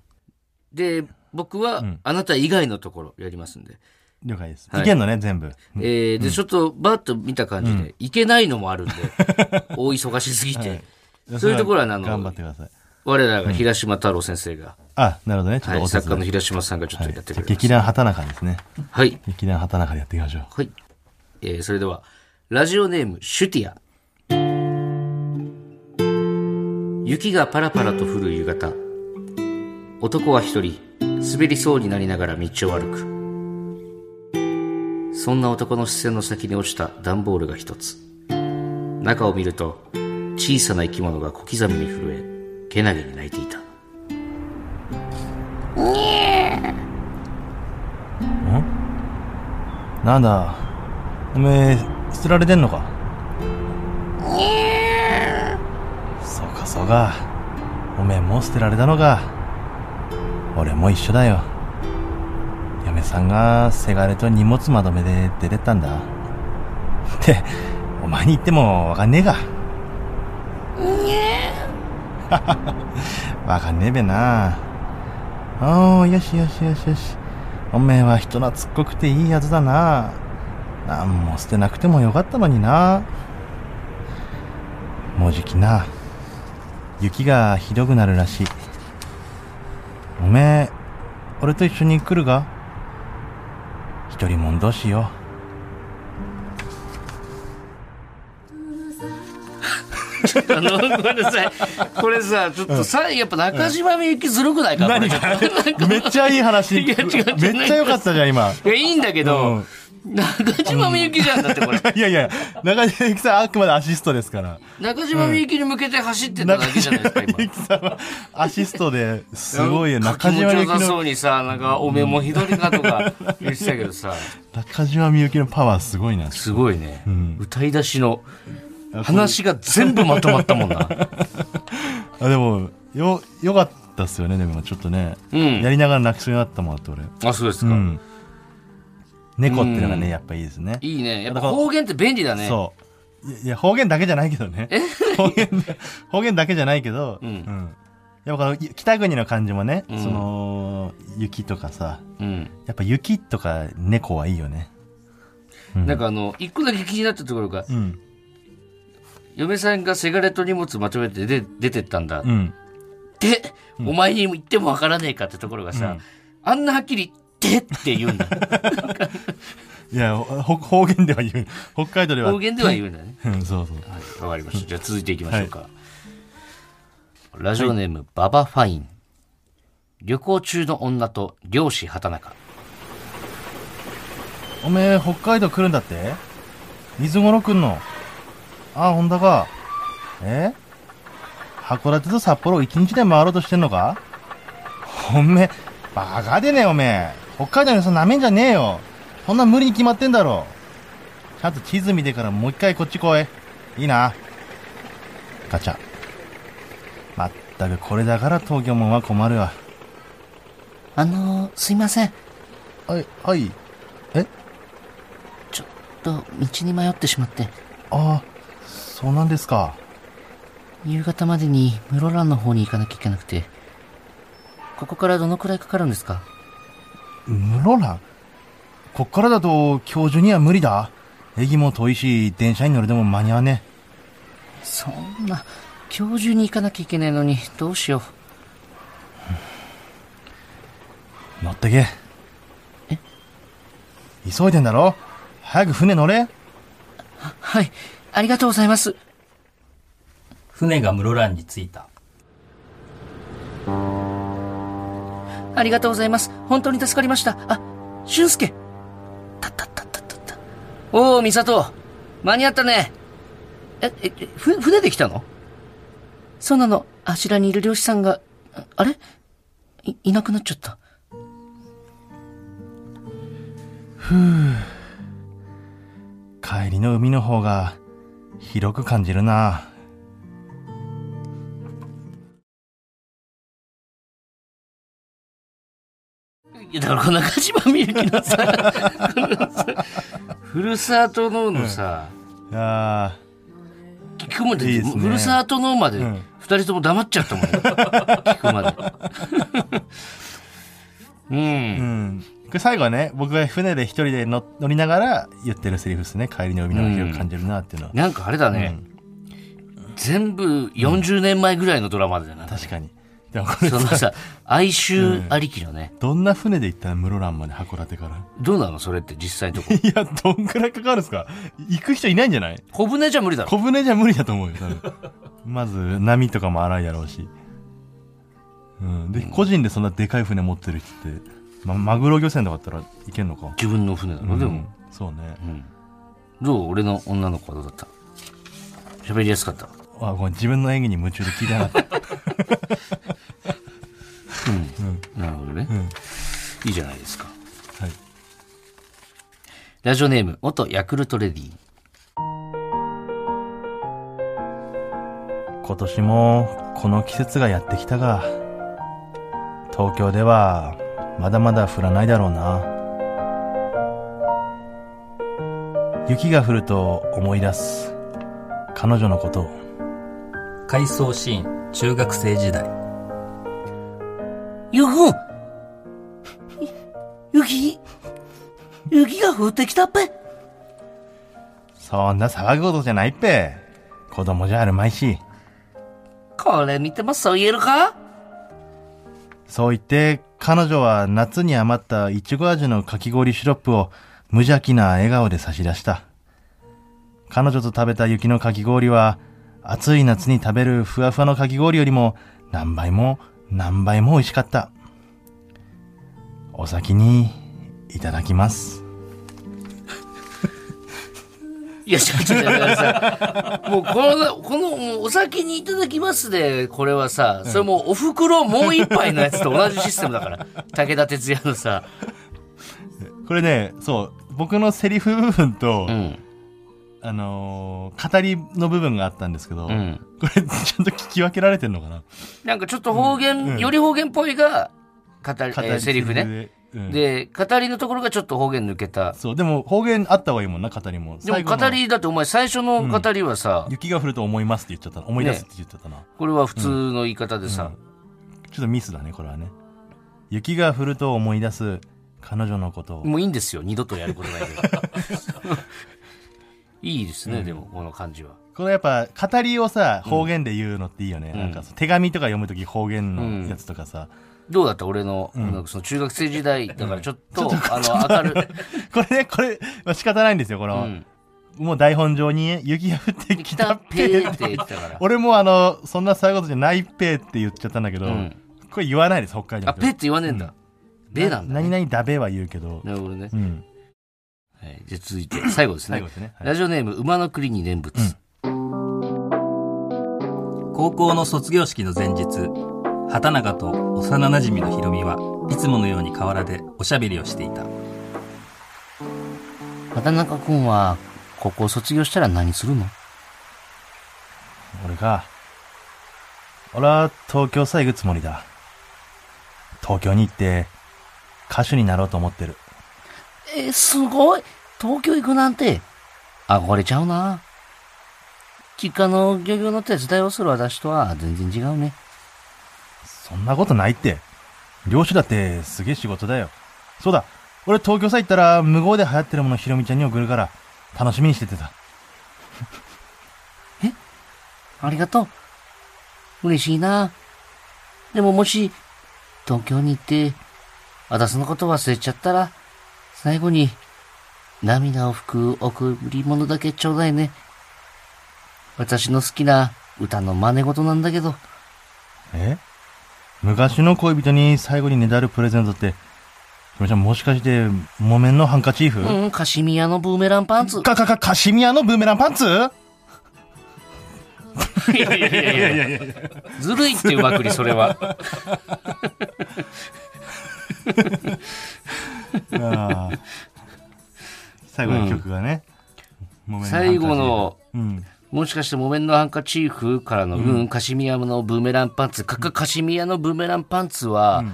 S1: で僕は、あなた以外のところやりますんで、
S2: 了解です。
S1: はい
S2: いけんのね、全部。
S1: えーで、ちょっと、バーッと見た感じで、いけないのもあるんで、 大忙しすぎて、そういうところはねあの
S2: 頑張ってください。
S1: 我らが平島太郎先生が、
S2: あ、なるほどね、ちょっ
S1: は
S2: と
S1: い、
S2: お手
S1: 作家の
S2: 伝い。
S1: 平島さんがちょっと
S2: はい
S1: やって
S2: じゃあ
S1: くれま
S2: 劇
S1: す。
S2: 団畑中ですね。
S1: はい。
S2: 劇団畑中でやっていきましょう。
S1: はい。えーそれでは、ラジオネーム、シュティア。雪がパラパラと降る夕方。男は一人、滑りそうになりながら道を歩く。そんな男の視線の先に落ちた段ボールが一つ。中を見ると、小さな生き物が小刻みに震え、けなげに泣いていた。
S2: なんだ、おめえ、捨てられてんのかそうかそうか。おめえもう捨てられたのか。俺も一緒だよ。嫁さんがせがれと荷物まとめで出てったんだ。って、お前に言ってもわかんねえか。 わかんねえべな。おー、よしよしよしよし。おめえは人懐っこくていいやつだな。なんも捨てなくてもよかったのにな。もうじきな。雪がひどくなるらしい。おめえ、俺と一緒に来るが一人もんどうしよ
S1: あの、ごめんなさい。これさ、ちょっとさ、やっぱ中島みゆきずるくないか、これちょっとなんか
S2: う。めっちゃいい話。
S1: いや違う違う
S2: めっちゃよかったじゃん、今。
S1: いや、いいんだけど、中島みゆきじゃんだってこれ。
S2: いやいや、中島みゆきさんあくまでアシストですから。
S1: 中島みゆきに向けて走ってただ
S2: 中
S1: けじゃないですか、
S2: 島みゆ
S1: 今。
S2: きさん はアシストですごいよ。
S1: なんか気
S2: 中島
S1: 持ち
S2: みゆ
S1: よ
S2: き
S1: さ
S2: の
S1: そうにさ、なんか、おめもひどいかとか言ってたけどさ、
S2: 中島みゆきのパワーすごいな。
S1: すごいね。歌い出しの、話が全部まとまったもんな。
S2: あでもよよかったっすよねでもちょっとね、
S1: うん
S2: やりながら泣きそうになったもんあと俺、
S1: あ、そうです
S2: う
S1: か。
S2: ん、猫っていうのがねやっぱいいですね
S1: いいね。やっぱ方言って便利だね。
S2: そういやいや方言だけじゃないけどね方言方言だけじゃないけど、
S1: うん
S2: やっぱこの北国の感じもね、その雪とかさ
S1: うん。
S2: やっぱ雪とか猫はいいよね
S1: なんかあの、一個だけ気になったところが、
S2: うん
S1: 嫁さんがせがれと荷物まとめてで出てったんだ。
S2: うん
S1: って、お前に言ってもわからねえかってところがさ、あんなはっきり、てって言うんだ。
S2: いやほ方言では言う北海道では
S1: 方言では言うんだね。
S2: うんそうそ
S1: はいわ
S2: う
S1: かりました。じゃあ続いていきましょうか。ラジオネーム、ババファイン。旅行中の女と漁師畑中。
S2: おめえ、北海道来るんだっていつ頃来んのああ、ほんだか。え函館と札幌を一日で回ろうとしてんのかおめえ、バカでねえおめえ。北海道の人なめんじゃねえよ。そんな無理に決まってんだろ。ちゃんと地図見てからもう一回こっち来い。いいな。ガチャ。まったくこれだから東京もんは困るわ。
S1: あのー、すいません。
S2: はい、はい。
S1: ちょっと、道に迷ってしまって、
S2: ああ、そうなんですか。
S1: 夕方までに室蘭の方に行かなきゃいけなくて。ここからどのくらいかかるんですか
S2: 室蘭こっからだと今日中には無理だ。駅も遠いし、電車に乗るでも間に合わね
S1: そんな、今日中に行かなきゃいけないのに、どうしよ
S2: え。乗ってけ。
S1: え
S2: 急いでんだろ早く船乗れ。
S1: う。はい、ありがとうございます。
S5: 船が室蘭に着いた。
S1: ありがとうございます。本当に助かりました。あ、俊介。たったったったったった。おお、美里。間に合ったね。え、え、えふ、船で来たのそうなの。あちらにいる漁師さんが、ああれい、いなくなっちゃった。
S2: 帰りの海の方が広く感じるな。
S1: いや、だからこの中島みゆきのさ、 このさふるさとののさ、
S2: あ
S1: 聞くまで
S2: いいですね
S1: ふるさとのまで、
S2: うん
S1: 二人とも黙っちゃったもん、ね、聞くまで。 う。
S2: あ、うんん。これ最後はね、僕が船で一人で乗乗りながら言ってるセリフですね。帰りの海の方が広く感じるなっていうのは。
S1: なんかあれだ
S2: う
S1: ね、
S2: ん
S1: 全部40年前ぐらいのドラマだよな。
S2: 確かに。でもこれ
S1: その さ、哀愁ありきのね。
S2: どんな船で行ったら室蘭まで函館から。
S1: どうなのそれって実際のとこ。
S2: いや、どんくらいかかるんですか行く人いないんじゃない
S1: 小舟じゃ無理だろ。
S2: 小舟じゃ無理だと思うよ、多分。まず、波とかも荒いだろうし。うん。で、個人でそんなでかい船持ってる人って、ま、マグロ漁船とかだったらいけんのか。
S1: 自分の船だろ、
S2: うん
S1: でも。。
S2: そうね。
S1: うん。どう俺の女の子はどうだった喋りやすかった
S2: あ、ごめん、自分の演技に夢中で聞いてなかった。
S1: なるほどね。いいじゃないですか。
S2: はい。
S1: ラジオネーム、元ヤクルトレディ。
S2: 今年も、この季節がやってきたが、東京では、まだまだ降らないだろうな。雪が降ると思い出す。彼女のことを。
S5: 回想シーン、中学生時代。
S1: ゆふん雪雪が降ってきたっぺ
S2: そんな騒ぐことじゃないっぺ。子供じゃあるまいし。
S1: これ見てもそう言えるか
S2: そう言って、彼女は夏に余ったいちご味のかき氷シロップを無邪気な笑顔で差し出した。彼女と食べた雪のかき氷は、暑い夏に食べるふわふわのかき氷よりも何倍も何倍も美味しかった。お先にいただきます。
S1: いや、ちょっと待ってさ、もうこの、この、もうお酒にいただきますで、これはさ、それもうお袋もう一杯のやつと同じシステムだ から。武田鉄矢のさ、
S2: これね、そう、僕のセリフ部分と、
S1: うん、
S2: あのー語りの部分があったんですけど、
S1: うん。
S2: これ、ちゃんと聞き分けられてんのかな
S1: なんかちょっと方言、
S2: うん
S1: より方言っぽいが、語り、えーセリフね。
S2: で、うん
S1: で、語りのところがちょっと方言抜けた。
S2: そう、でも方言あった方がいいもんな、語りも。
S1: でも
S2: 最後の
S1: 語り、だってお前最初の語りはさ、
S2: 雪が降ると思いますって言っちゃったな思い出すって言っちゃったな。
S1: これは普通の言い方でさ、
S2: ちょっとミスだね、これはね。雪が降ると思い出す彼女のことを。
S1: もういいんですよ。二度とやることない けど。いいですね、でも、この感じは。
S2: これやっぱ、語りをさ、方言で言うのっていいよね。
S1: うん
S2: なんかそう手紙とか読むとき方言のやつとかさ。
S1: どうだった俺の、
S2: ん
S1: なんかその中学生時代、だからちょっと、あの、明る
S2: これね、これ、まあ、仕方ないんですよ、こ
S1: い、う
S2: の。
S1: ん。
S2: もう台本上に雪が降ってき
S1: 来
S2: た
S1: た
S2: っ
S1: っぺ
S2: ぺ
S1: ー
S2: ー
S1: っ
S2: ってて
S1: 言。ったから。
S2: 俺もあの、そんなそういうことじゃないっぺーって言っちゃったんだけど、
S1: うん
S2: これ言わないです、北海道の
S1: あ、
S2: 人
S1: ペって言わねえんだ。べなんだ。
S2: 何々だべは言うけど。
S1: なるほどね
S2: う。ん。
S1: はいじゃあ続い て、最後です
S2: 最
S1: ね
S2: 後。ですね。はい
S1: ラジオネーム、馬の国に念仏。
S5: 高校の卒業式の前日、畑中と幼馴染のひろみはいつものように河原でおしゃべりをしていた。
S1: 畑中君は、ここ卒業したら何するの
S2: 俺か。俺は東京さ行くつもりだ。東京に行って、歌手になろうと思ってる。
S1: え、すごい東京行くなんて、憧れちゃうな。実家の漁業の手伝いをする私とは全然違うね。
S2: そんなことないって。漁師だってすげえ仕事だよ。そうだ、俺東京さ行ったら無謀で流行ってるものひろみちゃんに送るから、楽しみにしててさ。
S1: ありがとう。嬉しいな。でももし、東京に行って、私のこと忘れちゃったら、最後に、涙を拭く贈り物だけちょうだいね。私の好きな歌の真似事なんだけど、
S2: え昔の恋人に最後にねだるプレゼントって、ひろみちゃんもしかして、木綿のハンカチーフ、
S1: うん、カシミヤのブーメランパンツ。
S2: かかか、カシミヤのブーメランパンツ
S1: いやいやいやいやいやずるいってうまくり、それは。
S2: あー最後の曲がね、木綿のハンカチ
S1: 最後の、
S2: うん、
S1: もしかして木綿のハンカチーフからの、うん、カシミヤのブーメランパンツ、かかカシミヤのブーメランパンツは、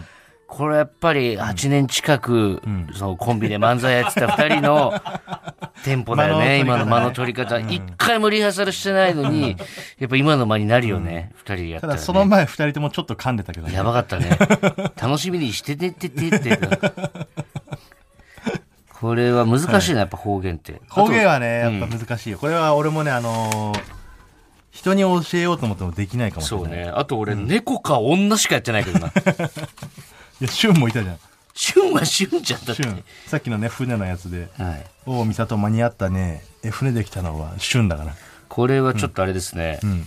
S1: これやっぱり8年近く、そのコンビで漫才やってた2人の テンポだよね、
S2: 間
S1: 今
S2: の取り方
S1: の間
S2: ね
S1: の取り方。一、回もリハーサルしてないのに、やっぱ今の間になるよね、二2人でやったたら、
S2: だ
S1: ね。
S2: その前二人ともちょっと噛んでたけどね
S1: やばかったね。楽しみにしててってって って。これは難しいな、やっぱ方言って。
S2: 方言はね
S1: あ
S2: や
S1: と
S2: っぱ難しいよ、これは俺もねあのー人に教えようと思ってもできないかもしれ
S1: そう
S2: ない
S1: ね。あと俺、猫か女しかやってないけどな。
S2: いや旬もいたじゃん
S1: 旬は旬じゃんだって。
S2: 旬さっきのね船のやつで
S1: はい。
S2: 「おお美里間に合ったねえ船できたのは旬だから
S1: これはちょっとあれですね。
S2: ん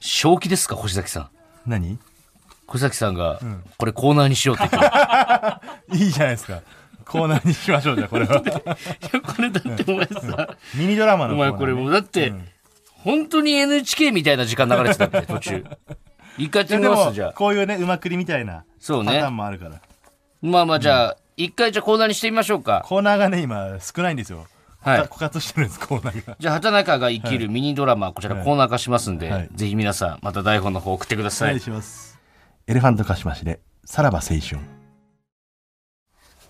S1: 正気ですか、星崎さん。
S2: 何
S1: 星崎さんが、これコーナーにしようって言って
S2: いいじゃないですかコーナーにしましょうじゃあこれは
S1: る。いや、これだってお前さ、
S2: ミニドラマ
S1: お
S2: のコーナー、
S1: 前
S2: ね、
S1: これもうだって、本当に NHK みたいな時間流れてたって、途中。一回やってみ
S2: で
S1: ま
S2: も
S1: す、じゃあ。
S2: こういうねうまくりみたいな
S1: そう
S2: パタ
S1: ね
S2: ーンもあるから、
S1: まあまあじゃあ、一回じゃあコーナーにしてみましょうか。
S2: コーナーがね今少ないんですよ、
S1: はい
S2: 枯渇してるんですコーナーが
S1: じゃあ、畑中が生きるミニドラマ、こちらコーナー化しますんで、
S2: はい
S1: ぜひ皆さん、また台本の方送ってくだ
S2: お
S1: さい。
S2: 願いしますエレファントカシマシでさらば青春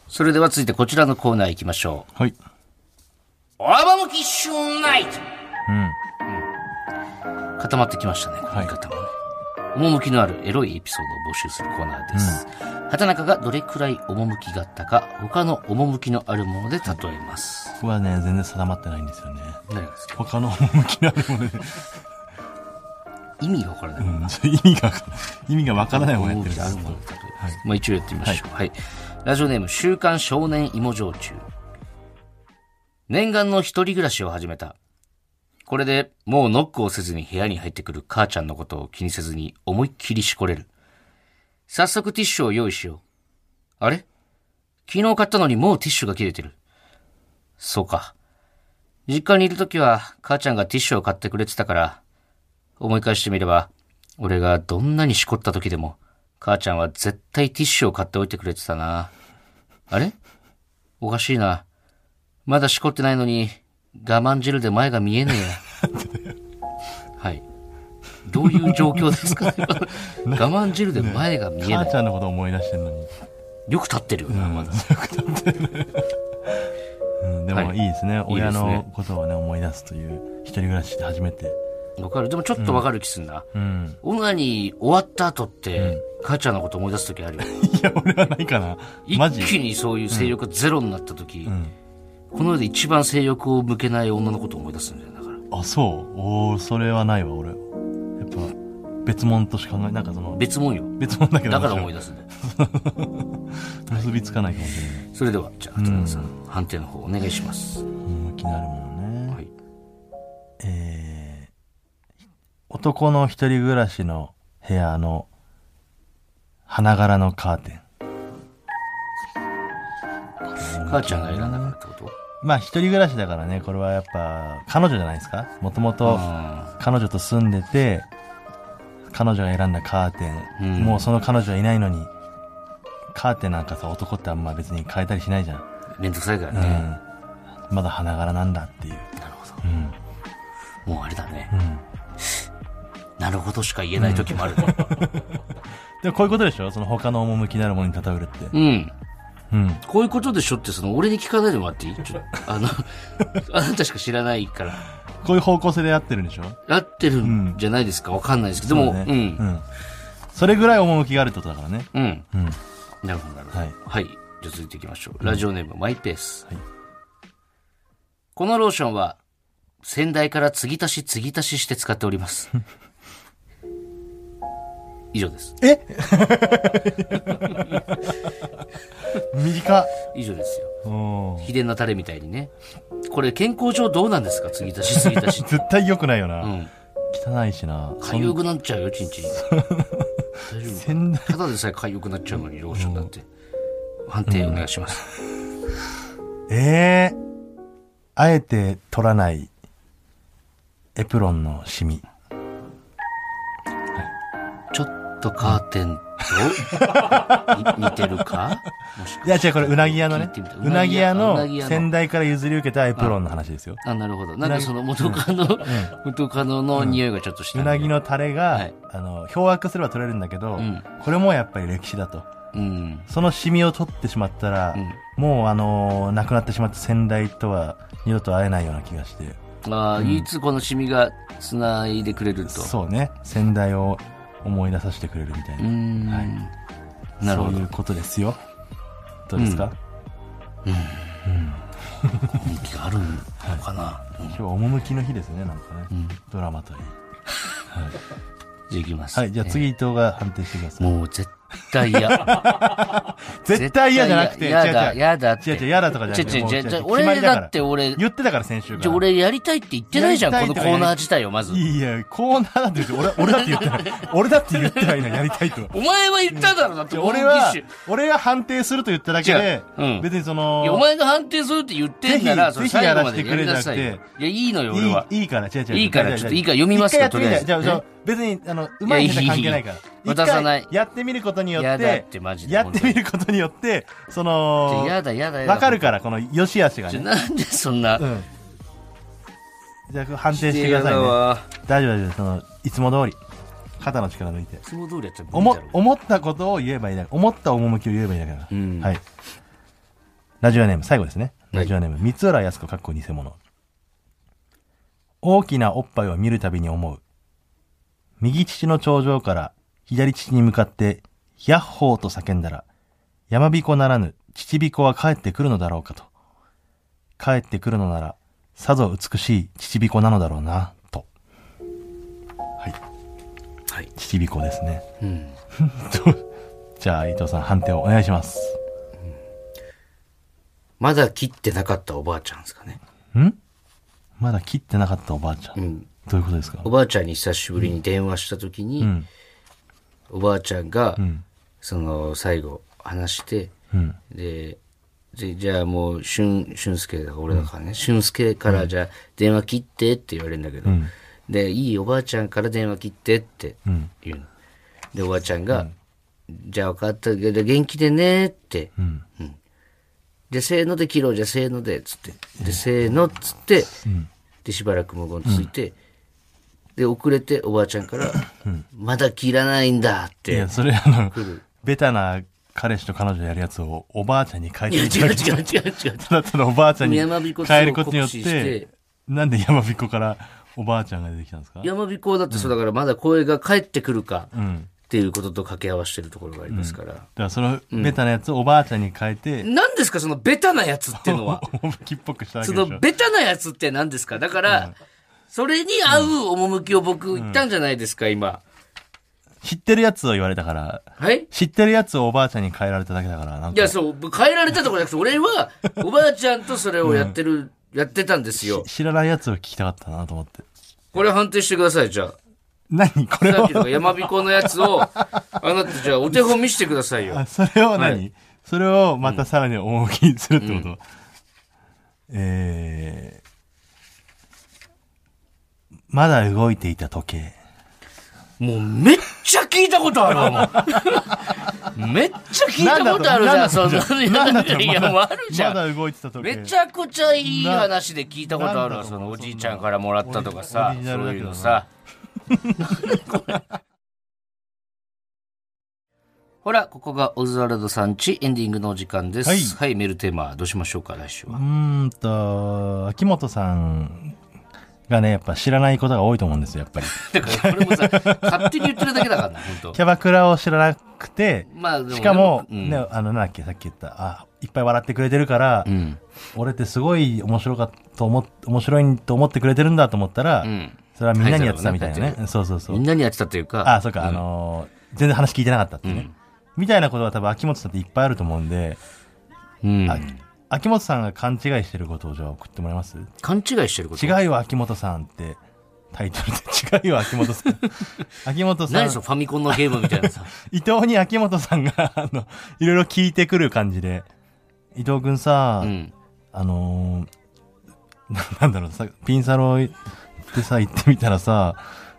S1: それでは続いてこちらのコーナー行きましょう。
S2: はい
S1: オラバムキッシュナイト
S2: うん
S1: 固まってきましたね、この言い方もね。趣のあるエロいエピソードを募集するコーナーです。畑中がどれくらい趣があったか、他の趣のあるもので例えます。
S2: ここはね全然定まってないんですよね
S1: 何がですか
S2: 他の趣のあるも ので、
S1: 意味がわからない。
S2: うん、ちょっと意味が意味がわからないものやってるんで
S1: あ
S2: す
S1: る
S2: け
S1: も
S2: ど
S1: のだと思いますまあ一応やってみましょう。はい。ラジオネーム、週刊少年芋焼酎。念願の一人暮らしを始めた。これでもうノックをせずに部屋に入ってくる母ちゃんのことを気にせずに思いっきりしこれる。早速ティッシュを用意しよう。あれ昨日買ったのにもうティッシュが切れてる。そうか。実家にいるときは母ちゃんがティッシュを買ってくれてたから、思い返してみれば、俺がどんなにしこった時でも、母ちゃんは絶対ティッシュを買っておいてくれてたな。あれおかしいな。まだしこってないのに、我慢汁で前が見えね えや。はい。どういう状況ですか、 ね、我慢汁で前が見えない
S2: 母ち。ゃんのことを思い出してるのに、
S1: よく立ってるよな、まだ。
S2: うん、でも
S1: はい
S2: いいですね、
S1: いいで
S2: 親
S1: すね
S2: のことをね思い出すという一人暮らしで初めて
S1: わかる。でもちょっとわかる気すんな。
S2: うん
S1: オナニー終わった後って、母ちゃんのこと思い出す時あるよ。
S2: いや俺はないかなマジ
S1: 一気にそういう性欲がゼロになった時、
S2: ん
S1: この世で一番性欲を向けない女のことを思い出すんだよ、だから。
S2: あそうおおそれはないわ俺やっぱ別物としか考えなんかその
S1: 別物よ。
S2: 別物だけど
S1: だから思い
S2: 出
S1: 出すんだよ。
S2: 結びつかないかもしれない
S1: それでは、じゃあ、畑中さん、判定の方お願いします。
S2: うん気になるもんね、
S1: はい。
S2: えー男の一人暮らしの部屋の花柄のカーテン
S1: 母ちゃんが選んだからってこと
S2: まあ一人暮らしだからね、これはやっぱ彼女じゃないですかもともと彼女と住んでて、彼女が選んだカーテン、
S1: うん
S2: もうその彼女はいないのに、カーテンなんかさ、男ってあんま別に変えたりしないじゃん。
S1: めんどくさいから
S2: う
S1: ね。
S2: ん。まだ花柄なんだっていう。
S1: なるほど。
S2: うん。
S1: もうあれだね。
S2: うん。
S1: なるほどしか言えない時もある。
S2: でもこういうことでしょその他の趣のあるものに例えるって。
S1: うん。
S2: うん。
S1: こういうことでしょって、その、俺に聞かないでもらっていいちょあの、あなたしか知らないから。
S2: こういう方向性でやってるんでしょ
S1: 合ってるんじゃないですかわかんないですけど、でも、。
S2: そうだねうんん。それぐらい趣があるってことだからね。
S1: うん。
S2: うん。
S1: なるほど、なるほど。
S2: は
S1: はいい。じゃあ続いていきましょう。ラジオネーム、マイペース。
S2: はい
S1: このローションは、先代から継ぎ足し継ぎ足しして使っており ます。以上です。
S2: 短っ。
S1: 以上ですよ。
S2: おー
S1: 秘伝のタレみたいにね。これ健康上どうなんですか継ぎ足し継ぎ足し って。
S2: 絶対良くないよな。
S1: うん。
S2: 汚いしな。
S1: かゆくなっちゃうよ、ちんちん。大丈夫
S2: 仙台
S1: ただでさえかゆくなっちゃうのに、ローションだって。判定お願いします。
S2: ええあえて取らないエプロンのシミ。
S1: ちょっとカーテンとい似てるかもしか
S2: いや違う、これうなぎ屋の
S1: 聞
S2: ね
S1: いてみた。
S2: うなぎ屋
S1: う
S2: の
S1: なぎ屋の
S2: 先代から譲り受けたエプロンの話ですよ。
S1: あ、なるほど。なんかその元カノ、元カノの匂いがちょっとした、
S2: うなぎ。のタレが、
S1: はい
S2: あの、漂白すれば取れるんだけど、
S1: ん
S2: これもやっぱり歴史だと。
S1: うん。
S2: そのシミを取ってしまったら、
S1: うん
S2: もうあのー亡くなってしまった先代とは二度と会えないような気がして。
S1: ああ、唯一このシミが繋いでくれると。
S2: そうね。先代を思い出させてくれるみたいう
S1: ーん。
S2: な。はい
S1: なるほ
S2: そうい
S1: ど
S2: う。ことですよ。どうですか、
S1: 人気があるのかな、うん
S2: 今日は趣の日ですね、なんかね。
S1: ん
S2: ドラマといい。
S1: じゃあ行きます。
S2: はい、じゃあ次伊藤が判定してくだ
S1: えー。
S2: さい。
S1: もう絶対嫌。
S2: 絶対嫌じゃなくて、違う
S1: 嫌だ、
S2: 違う。
S1: 嫌だって。
S2: 違う違う、嫌だとかじゃなくて。
S1: 違う違う
S2: も
S1: 違う
S2: 決まり
S1: 俺だ
S2: から
S1: って俺、
S2: 言ってたから先週
S1: じゃ
S2: か
S1: あ
S2: ら。
S1: 俺やりたいって言ってないじゃん、
S2: や
S1: このコ
S2: りたいとかやり
S1: ーナー自体をまず。
S2: いやいや、コーナーなんて言って 俺、俺だって言ってない。俺だって言ってないの、やりたいとは。
S1: お前は言っただろ、だって
S2: 俺
S1: この機
S2: は
S1: 種、
S2: 俺が判定すると言っただけで
S1: 違うう、ん
S2: 別にそ
S1: いやお
S2: の、
S1: 前が判定するって言ってんなら、
S2: ぜ
S1: そ
S2: ひ
S1: れ最後ま
S2: ぜ
S1: で
S2: ひ
S1: や
S2: やら
S1: り
S2: せ
S1: なさ
S2: てくれ
S1: い
S2: じゃ
S1: よ
S2: なく。
S1: いや、いいのよ、俺は。
S2: いい、いいから、違う違う。
S1: いいから
S2: 違う違う
S1: ちょっといいから読みますよ
S2: 一回やってみて
S1: とりあえず
S2: じゃあ、じゃ
S1: え
S2: あ別に、あの、うまい下手関係ないから
S1: いやいいいいい。い渡さない
S2: 一回やってみることによ
S1: やだ
S2: っ
S1: っててマジ、で
S2: やってみることによって、そ
S1: じゃ
S2: の
S1: あ、やだ、やだ、やだ。
S2: わかるから、この良し悪しが
S1: じゃあ
S2: ね。
S1: なんでそんな
S2: う。ん。じゃあ、判定してくださいね。大丈夫大丈夫。その、いつも通り。肩の力抜いて。
S1: いつも通りやっちゃう。
S2: おも、思ったことを言えばいいだけ。思った趣を言えばいいだけだから。
S1: うん
S2: はい。ラジオネーム、最後ですね。
S1: はい
S2: ラジオネーム、三浦康子、かっこ偽物。大きなおっぱいを見るたびに思う。右乳の頂上から左乳に向かって、ヤッホーと叫んだら、山彦ならぬ、乳彦は帰ってくるのだろうかと。帰ってくるのなら、さぞ美しい乳彦なのだろうな、と。はい。
S1: はい。
S2: 乳彦ですね。
S1: うん。
S2: じゃあ、伊藤さん、判定をお願いします。
S1: まだ切ってなかったおばあちゃんですかね。
S2: んまだ切ってなかったおばあちゃん。
S1: うん。
S2: どういうことですか
S1: おばあちゃんに久しぶりに電話した時に、
S2: うん。
S1: おばあちゃんが、
S2: うん。
S1: その、最後、話して、
S2: うん。
S1: で、でじゃあもう、俊、俊介だから、俺だからね、俊介から、じゃあ、電話切ってって言われるんだけど、
S2: ん
S1: で、いいおばあちゃんから電話切ってって
S2: うん。
S1: 言うの。で、おばあちゃんが、じゃあ分かったけど、元気でねって、
S2: うん。
S1: で、せーので切ろう、じゃあせーので、つって。で、せーの、つって、で、しばらく無言ついて、で、遅れて、おばあちゃんから、まだ切らないんだっ
S2: い
S1: て。いや
S2: や、、それ、あの、ベタな彼氏と彼女やるやつをおばあちゃんに変えて
S1: 違う
S2: いただ
S1: 違う
S2: け
S1: 違う違う違う。
S2: ただただおばあちゃんに
S1: 山彦
S2: 変えることによっ
S1: を酷使して
S2: て、なんで山彦からおばあちゃんが出てきたんですか
S1: 山彦だってそうだから、まだ声が返ってくるか、
S2: うん。
S1: っていうことと掛け合わせてるところがありますから。
S2: だからそのベタなやつをおばあちゃんに変えて、
S1: 何ですか、そのベタなやつっていう のは。
S2: 趣っぽくしただけ
S1: そ
S2: でしょ
S1: のベタなやつって何ですかだから、それに合う趣を僕言ったんじゃないですか、今。
S2: 知ってるやつを言われたから、
S1: はい
S2: 知ってるやつをおばあちゃんに変えられただけだから、なん
S1: いや、
S2: か、
S1: そう、変えられたとかじゃなくて、俺は、おばあちゃんとそれをやってる、やってたんですよ。
S2: 知らないやつを聞きたかったなと思って。
S1: これ判定してください、じゃあ。
S2: 何これ
S1: さっ
S2: を
S1: きの山彦のやつを、あなた、じゃあ、お手本見してくださいよ
S2: あ。それを何、
S1: はい
S2: それをまたさらに重きにするってこと、えーまだ動いていた時計。
S1: もうめっちゃ聞いたことあるわ、 もう。めっちゃ聞いたことあるじゃん、そんなの。いや、
S2: なんだと
S1: いやもうあるじゃ
S2: ま
S1: ん。
S2: だ動いてた時計。
S1: めちゃくちゃいい話で聞いたことあるわ、
S2: な
S1: そ
S2: なんだ
S1: の
S2: ろう
S1: おじいちゃんからもらったとか
S2: オ
S1: さ
S2: リ、ジナ
S1: そ
S2: ル
S1: う
S2: だ
S1: い
S2: け
S1: う
S2: ど
S1: の
S2: な
S1: さ。 ほら、ここがオズワルドさんちエンディングのお時間です。は
S2: はいい、
S1: メールテーマどうしましょうか、来週
S2: う
S1: は。
S2: ーんと、秋元さんがね、やっぱ知らないことが多いと思うんですよ、やっぱり。
S1: だからこれもさ、勝手に言ってるだけだからな、本
S2: キ
S1: 当。
S2: ャバクラを知らなくて、
S1: まあ、で
S2: しかも、
S1: うん
S2: ね、あの、なんだっけ、さっき言った、あ、いっぱい笑ってくれてるから、
S1: うん。
S2: 俺ってすごい面白かと思っ、面白いと思ってくれてるんだと思ったら、
S1: うん。
S2: それはみんなにやってたみたいな
S1: はい
S2: ね。そうそうそう
S1: みん。なにやってたというか。
S2: あ、そうか、
S1: ん
S2: あのー全然話聞いてなかったっていうね。みたいなことは多分秋元さんっていっぱいあると思うんで、
S1: うん
S2: あ秋元さんが勘違いしてることをじゃあ送ってもらえます
S1: 勘違いしてること。
S2: 違いは秋元さんってタイトルで違いは秋元 さん秋元さん
S1: 何そのファミコンのゲームみたいなさ。
S2: 伊藤に秋元さんがあのいろいろ聞いてくる感じで伊藤君さ、
S1: うん。
S2: あのーな なんだろうさピンサロってさ行ってみたらさ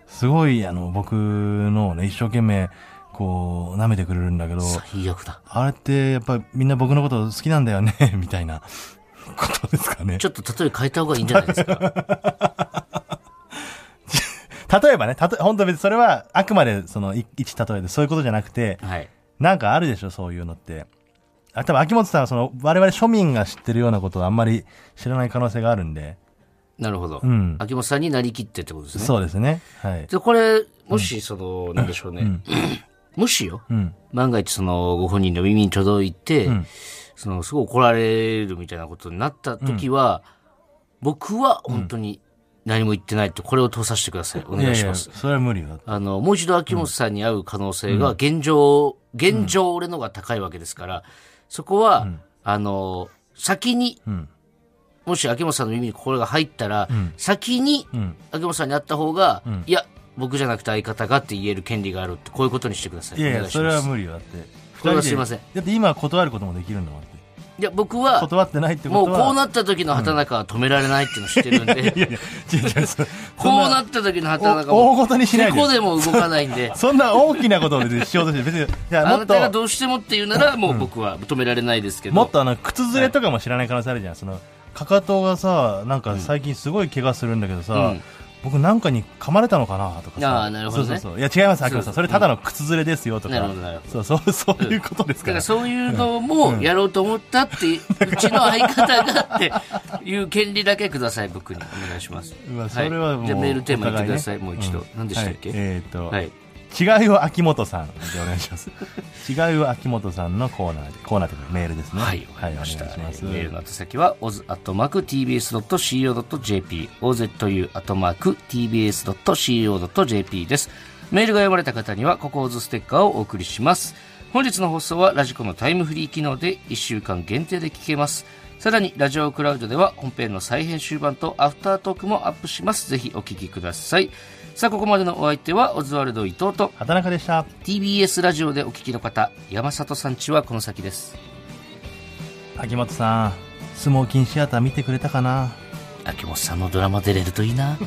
S2: すごいあの僕のをね一生懸命こう舐めてくれるんだけど
S1: 最悪だ。
S2: あれってやっぱみんな僕のこと好きなんだよね みたいなことですかね
S1: ちょっと例え変えた方がいいんじゃないです か。
S2: 例えばね、たと、本当別にそれはあくまでそのい一例えでそういうことじゃなくて、
S1: はい。
S2: なんかあるでしょ、そういうのって。あ、多分秋元さんはその我々庶民が知ってるようなことはあんまり知らない可能性があるんで。
S1: なるほど。
S2: うん
S1: 秋元さんになりきってってことですね。
S2: そうですね。はい。
S1: で、これ、もし、その、なんでしょうね。 もしよ、
S2: うん。
S1: 万が一、その、ご本人の耳に届いて、
S2: うん
S1: その、すごい怒られるみたいなことになった時は、僕は本当に何も言ってないと、これを通させてください。お願いします
S2: や。やそれは無理よ。だって
S1: あの、もう一度秋元さんに会う可能性が現状、現状俺のが高いわけですから、そこは、あの、先に、
S2: うん。
S1: もし秋元さんの耳にこれが入ったら、
S2: ん
S1: 先に
S2: うん。
S1: 秋元さんに会った方が、
S2: ん
S1: いや、僕じゃなくて相方がって言える権利があるって、こういうことにしてください。
S2: いやい
S1: お
S2: や、
S1: 願し
S2: そ
S1: ます
S2: れは無理よ。だって。
S1: これは
S2: 二人です
S1: いません
S2: だって今は断ることもできるんだもんだって。
S1: いや、僕は、
S2: 断ってないって
S1: もう
S2: ことは。
S1: こう
S2: っ
S1: なった時の畑中は止められないっていうの知ってるんで、
S2: いやいや、違う違う。そ
S1: こうな
S2: っ
S1: った時の畑中
S2: 大
S1: も、
S2: ごとにしない
S1: こ
S2: で。
S1: こでも動かないん で、
S2: そんな大きなことを別にしようとして、別 に、じゃ
S1: あ
S2: あも
S1: な
S2: っと。
S1: たがどうしてもっていうなら、もう僕は止められないですけど、
S2: もっとあの靴ずれとかも知らない可能性あるじゃん、そのかかとがさなんか最近すごい怪我するんだけどさ、
S1: うん
S2: 僕なんかに噛まれたのかなとかさ
S1: あーなるほどね
S2: そうそうそういや違います秋元さ
S1: そ
S2: んそ
S1: うそう
S2: れただの靴ずれですよとか、
S1: なるほどなるほ
S2: そうそうそういうことです
S1: だか
S2: からら、
S1: そういうのもやろうと思ったって、うちの相方がっていう権利だけください、僕にお願いします。
S2: うわそれはもう、
S1: い、じゃあメールテーマ言ってください、
S2: お
S1: もう
S2: 互
S1: 一
S2: ね
S1: 度。
S2: ん
S1: 何でしたっけ、
S2: はいえーっと、
S1: はい
S2: 違いを秋元さんでお願いします違いを秋元さんのコーナーでコーナーというかメールですね
S1: はい、わかりました。
S2: お願いします
S1: メールの宛先は、oz.tbs.co.jp、ozu.tbs.co.jp です。メールが読まれた方には、ここ oz ステッカーをお送りします。本日の放送は、ラジコのタイムフリー機能で1週間限定で聞けます。さらに、ラジオクラウドでは、本編の再編集版とアフタートークもアップします。ぜひお聞きください。さあ、ここまでのお相手は、オズワルド伊藤と、
S2: 畑中でした
S1: TBS ラジオでお聞きの方、山里さんちはこの先です。
S2: 秋元さんスモーキンシアター見てくれたかな
S1: 秋元さんのドラマ出れるといいな